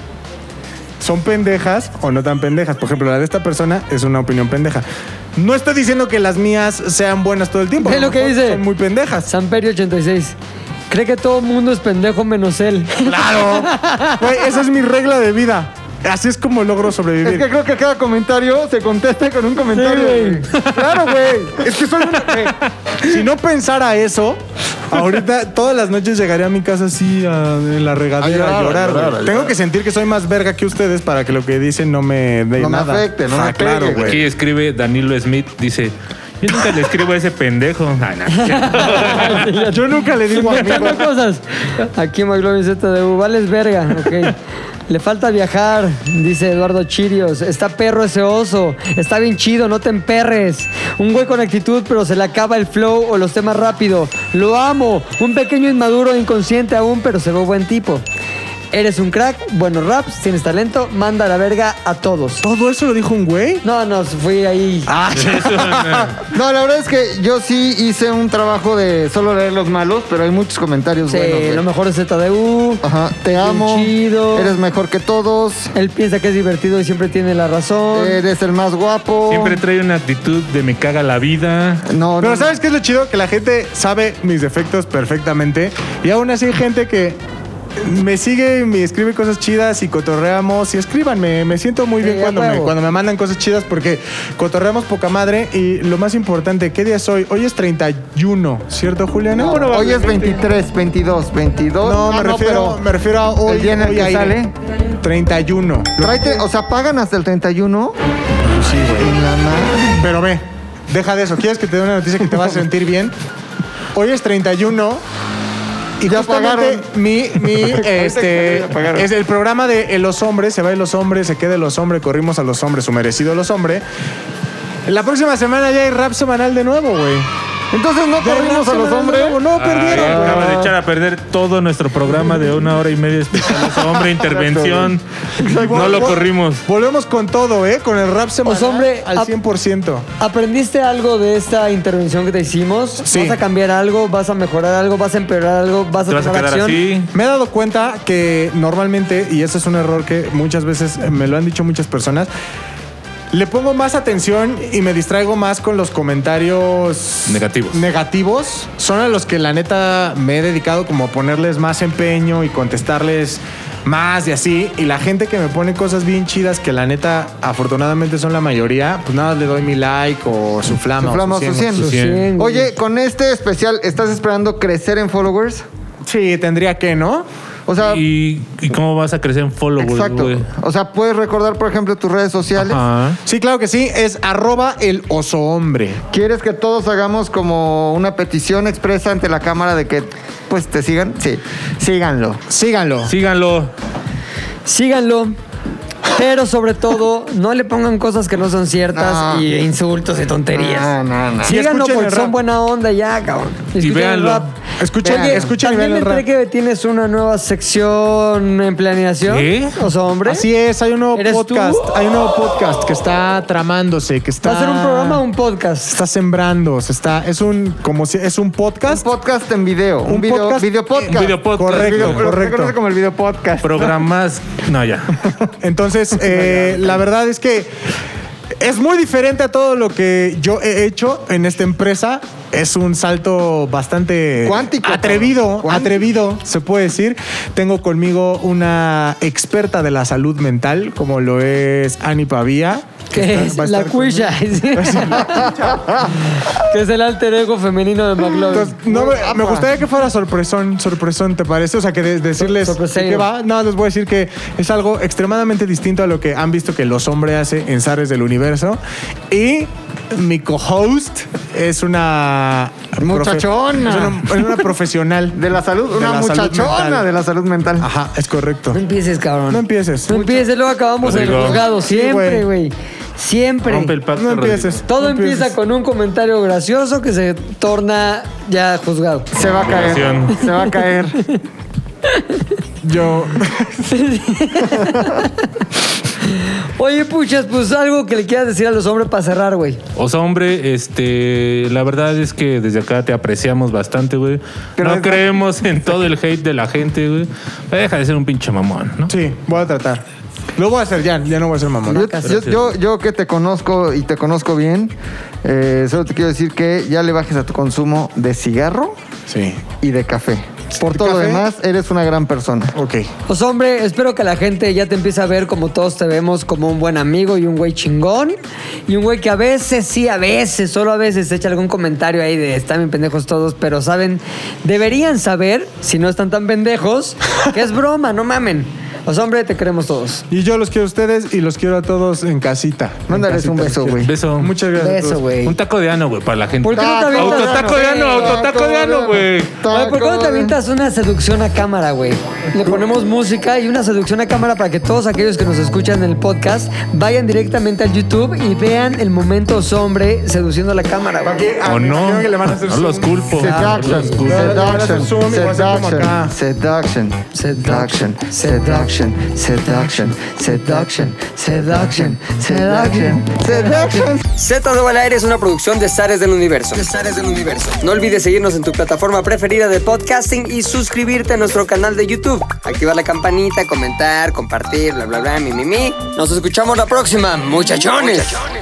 Son pendejas o no tan pendejas. Por ejemplo, la de esta persona es una opinión pendeja. No estoy diciendo que las mías sean buenas todo el tiempo. Ve a lo que mejor dice. Son muy pendejas. Samperio 86. Cree que todo mundo es pendejo menos él. Claro. Güey, esa es mi regla de vida. Así es como logro Es sobrevivir. que creo que cada comentario se contesta con un comentario. güey. güey. Claro, güey. Es que soy una. güey. Si no pensara eso, ahorita todas las noches llegaré a mi casa así a- en la regadera A a llorar, llorar. a güey. llorar, a llorar. Tengo que sentir que soy más verga que ustedes para que lo que dicen no me dé No me nada. Ah, afecte, no me pegue, claro, güey. güey. Aquí escribe Danilo Smith, dice, yo nunca le escribo a ese pendejo. Ay, [laughs] no, Yo nunca le digo a mí. Inventando cosas. Aquí McLovin ZDU, vales verga, ok. Le falta viajar, dice Eduardo Chirios. Está perro ese oso. Está bien chido, no te emperres. Un güey con actitud, pero se le acaba el flow o los temas rápido. Lo amo. Un pequeño inmaduro, inconsciente aún, pero se ve buen tipo. Eres un crack, buenos raps, tienes talento, manda a la verga a todos. ¿Todo eso lo dijo un güey? No, no, fui ahí. No, la verdad es que yo sí hice un trabajo de solo leer los malos, pero hay muchos comentarios Sí, buenos. güey. lo mejor es ZDU. Ajá, te amo. chido. Eres mejor que todos. Él piensa que es divertido y siempre tiene la razón. Eres el más guapo. Siempre trae una actitud de me caga la vida. No, Pero no. ¿sabes qué es lo chido? Que la gente sabe mis defectos perfectamente y aún así hay gente que me sigue y me escribe cosas chidas y cotorreamos y escríbanme. Me siento muy bien Sí, a cuando me, huevo. cuando me mandan cosas chidas porque cotorreamos poca madre y lo más importante, ¿qué día es hoy? Hoy es 31, ¿cierto, Juliana? No, hoy es 23, 22, 22. No, Ah, me, refiero, pero me refiero a hoy. el día en el hoy que aire. sale. 31. tráete- o sea, pagan hasta el 31. Sí, güey. En la madre. Pero ve, deja de eso. ¿Quieres que te dé una noticia que te vas a sentir bien? Hoy es 31 y Ya justamente pagaron. mi, [laughs] mi este, Ya pagaron. es el programa de El Los Hombres, se va El Los Hombres, se queda El Los Hombres, corrimos a Los Hombres, su merecido Los Hombres. La próxima semana ya hay rap semanal de nuevo, güey. Entonces no Ya hay corrimos rap a los semanal de hombres. Ah, nuevo. No, Ay, perdieron. acaba güey. de echar a perder todo nuestro programa de una hora y media especial. Ese Hombre, intervención. No lo corrimos. Volvemos con todo, ¿eh? Con el rap semanal hombre, al ah, ap- 100%. ¿Aprendiste algo de esta intervención que te hicimos? Sí. ¿Vas a cambiar algo? ¿Vas a mejorar algo? ¿Vas a empeorar algo? ¿Vas a Te vas a tomar quedar acción? así. Me he dado cuenta que normalmente, y eso es un error que muchas veces eh, me lo han dicho muchas personas, le pongo más atención y me distraigo más con los comentarios Negativos. Negativos son a los que la neta me he dedicado como a ponerles más empeño y contestarles más y así. Y la gente que me pone cosas bien chidas que la neta afortunadamente son la mayoría, pues nada, le doy mi like o su flama. Su flama o su cien. o Su cien. Bien, güey. Oye, con este especial, ¿estás esperando crecer en followers? Sí, tendría que, ¿no? O sea, ¿Y, y cómo vas a crecer en followers, exacto. güey? O sea, puedes recordar, por ejemplo, tus redes sociales. Ah. Sí, claro que sí. Es arroba el oso hombre. ¿Quieres que todos hagamos como una petición expresa ante la cámara de que pues te sigan? Sí, síganlo. Síganlo. Síganlo. Síganlo. Pero sobre todo, no le pongan cosas que no son ciertas No. y insultos y tonterías. No, no, no. Síganlo escuchen porque el son rap. buena onda ya, cabrón. Escuchen el véanlo. rap. Escuchen- Oye, escuchen y También vean me el enteré que tienes una nueva sección en planeación. ¿Qué? O sea, hombre. Así es, hay un nuevo ¿Eres tú? podcast, hay un nuevo podcast que está tramándose, que está ¿Va a ser un programa o un podcast? se está sembrando, se está es un como si es un Un podcast podcast en video. Un, Un video, podcast- video podcast. un video podcast. El video- lo que Correcto, se correcto. conoce como el video podcast. Programas. No, [laughs] ya. [laughs] Entonces, eh, la verdad es que es muy diferente a todo lo que yo he hecho en esta empresa. Es un salto bastante Cuántico, atrevido, cabrón. Cuántico. atrevido, se puede decir. Tengo conmigo una experta de la salud mental, como lo es Ani Pavía. que Que está- es va a la estar conmigo. cuisha. [laughs] [laughs] que es el alter ego femenino de McLovin. Entonces, no, me, me gustaría que fuera sorpresón, sorpresón, ¿te parece? O sea, que de- decirles Sor- de sorpresero. qué va. No, les voy a decir que es algo extremadamente distinto a lo que han visto que los hombres hacen en Zares del Universo. Y mi co-host es una... profe- Muchachona. Es una, es una [laughs] profesional. De la salud, una la salud muchachona mental. de la salud mental. Ajá, es correcto. No empieces, cabrón. No empieces. No empieces, luego acabamos en el Rodrigo. juzgado. Sí, Siempre, güey. güey. Siempre. Rompe el pacto. No empieces. Todo No empieza empieces. con un comentario gracioso que se torna ya juzgado. Se va a caer. Obligación. Se va a caer. Yo... [laughs] Oye, puchas, pues algo que le quieras decir a los hombres para cerrar, güey. O sea, hombre, este, la verdad es que desde acá te apreciamos bastante, güey. No creemos en todo el hate de la gente, güey. Deja de ser un pinche mamón, ¿no? Sí, voy a tratar. Lo voy a hacer, ya, ya no voy a ser mamón. Yo, yo, yo, yo que te conozco y te conozco bien, eh, solo te quiero decir que ya le bajes a tu consumo de cigarro Sí. y de café. Por ¿Y todo lo café? demás, eres una gran persona. Ok. Pues hombre, espero que la gente ya te empiece a ver como todos te vemos, como un buen amigo y un güey chingón. Y un güey que a veces, sí, a veces, solo a veces te echa algún comentario ahí de están bien pendejos todos, pero saben, deberían saber, si no están tan pendejos, que es broma, no mamen. Pues hombre, te queremos todos. Y yo los quiero a ustedes y los quiero a todos en casita. En Mándales un beso, casita los quiero. güey. Beso. Muchas gracias. a Beso, todos. güey. Un taco de ano, güey, para la gente. ¿Por qué no te avientas? Autotaco de ano, autotaco de ano, güey. Oye, ¿Por qué no te avientas una seducción a cámara, güey? Le ponemos música y una seducción a cámara para que todos aquellos que nos escuchan en el podcast vayan directamente al YouTube y vean el momento sombre seduciendo a la cámara, ¿Para güey. qué? Ah, ¿O me imagino no? que le van a hacer No zoom. los culpo. No Seduction, los culpo. Le van a hacer seduction, zoom y va a ser como acá. seduction, seduction, seduction, seduction, seduction, seduction, seduction, seduction, seduction. Z2 al aire es una producción de Zares del Universo. del Universo. No olvides seguirnos en tu plataforma preferida de podcasting y suscribirte a nuestro canal de YouTube. Activar la campanita, comentar, compartir, bla, bla, bla, mi, mi, mi. Nos escuchamos la próxima, muchachones.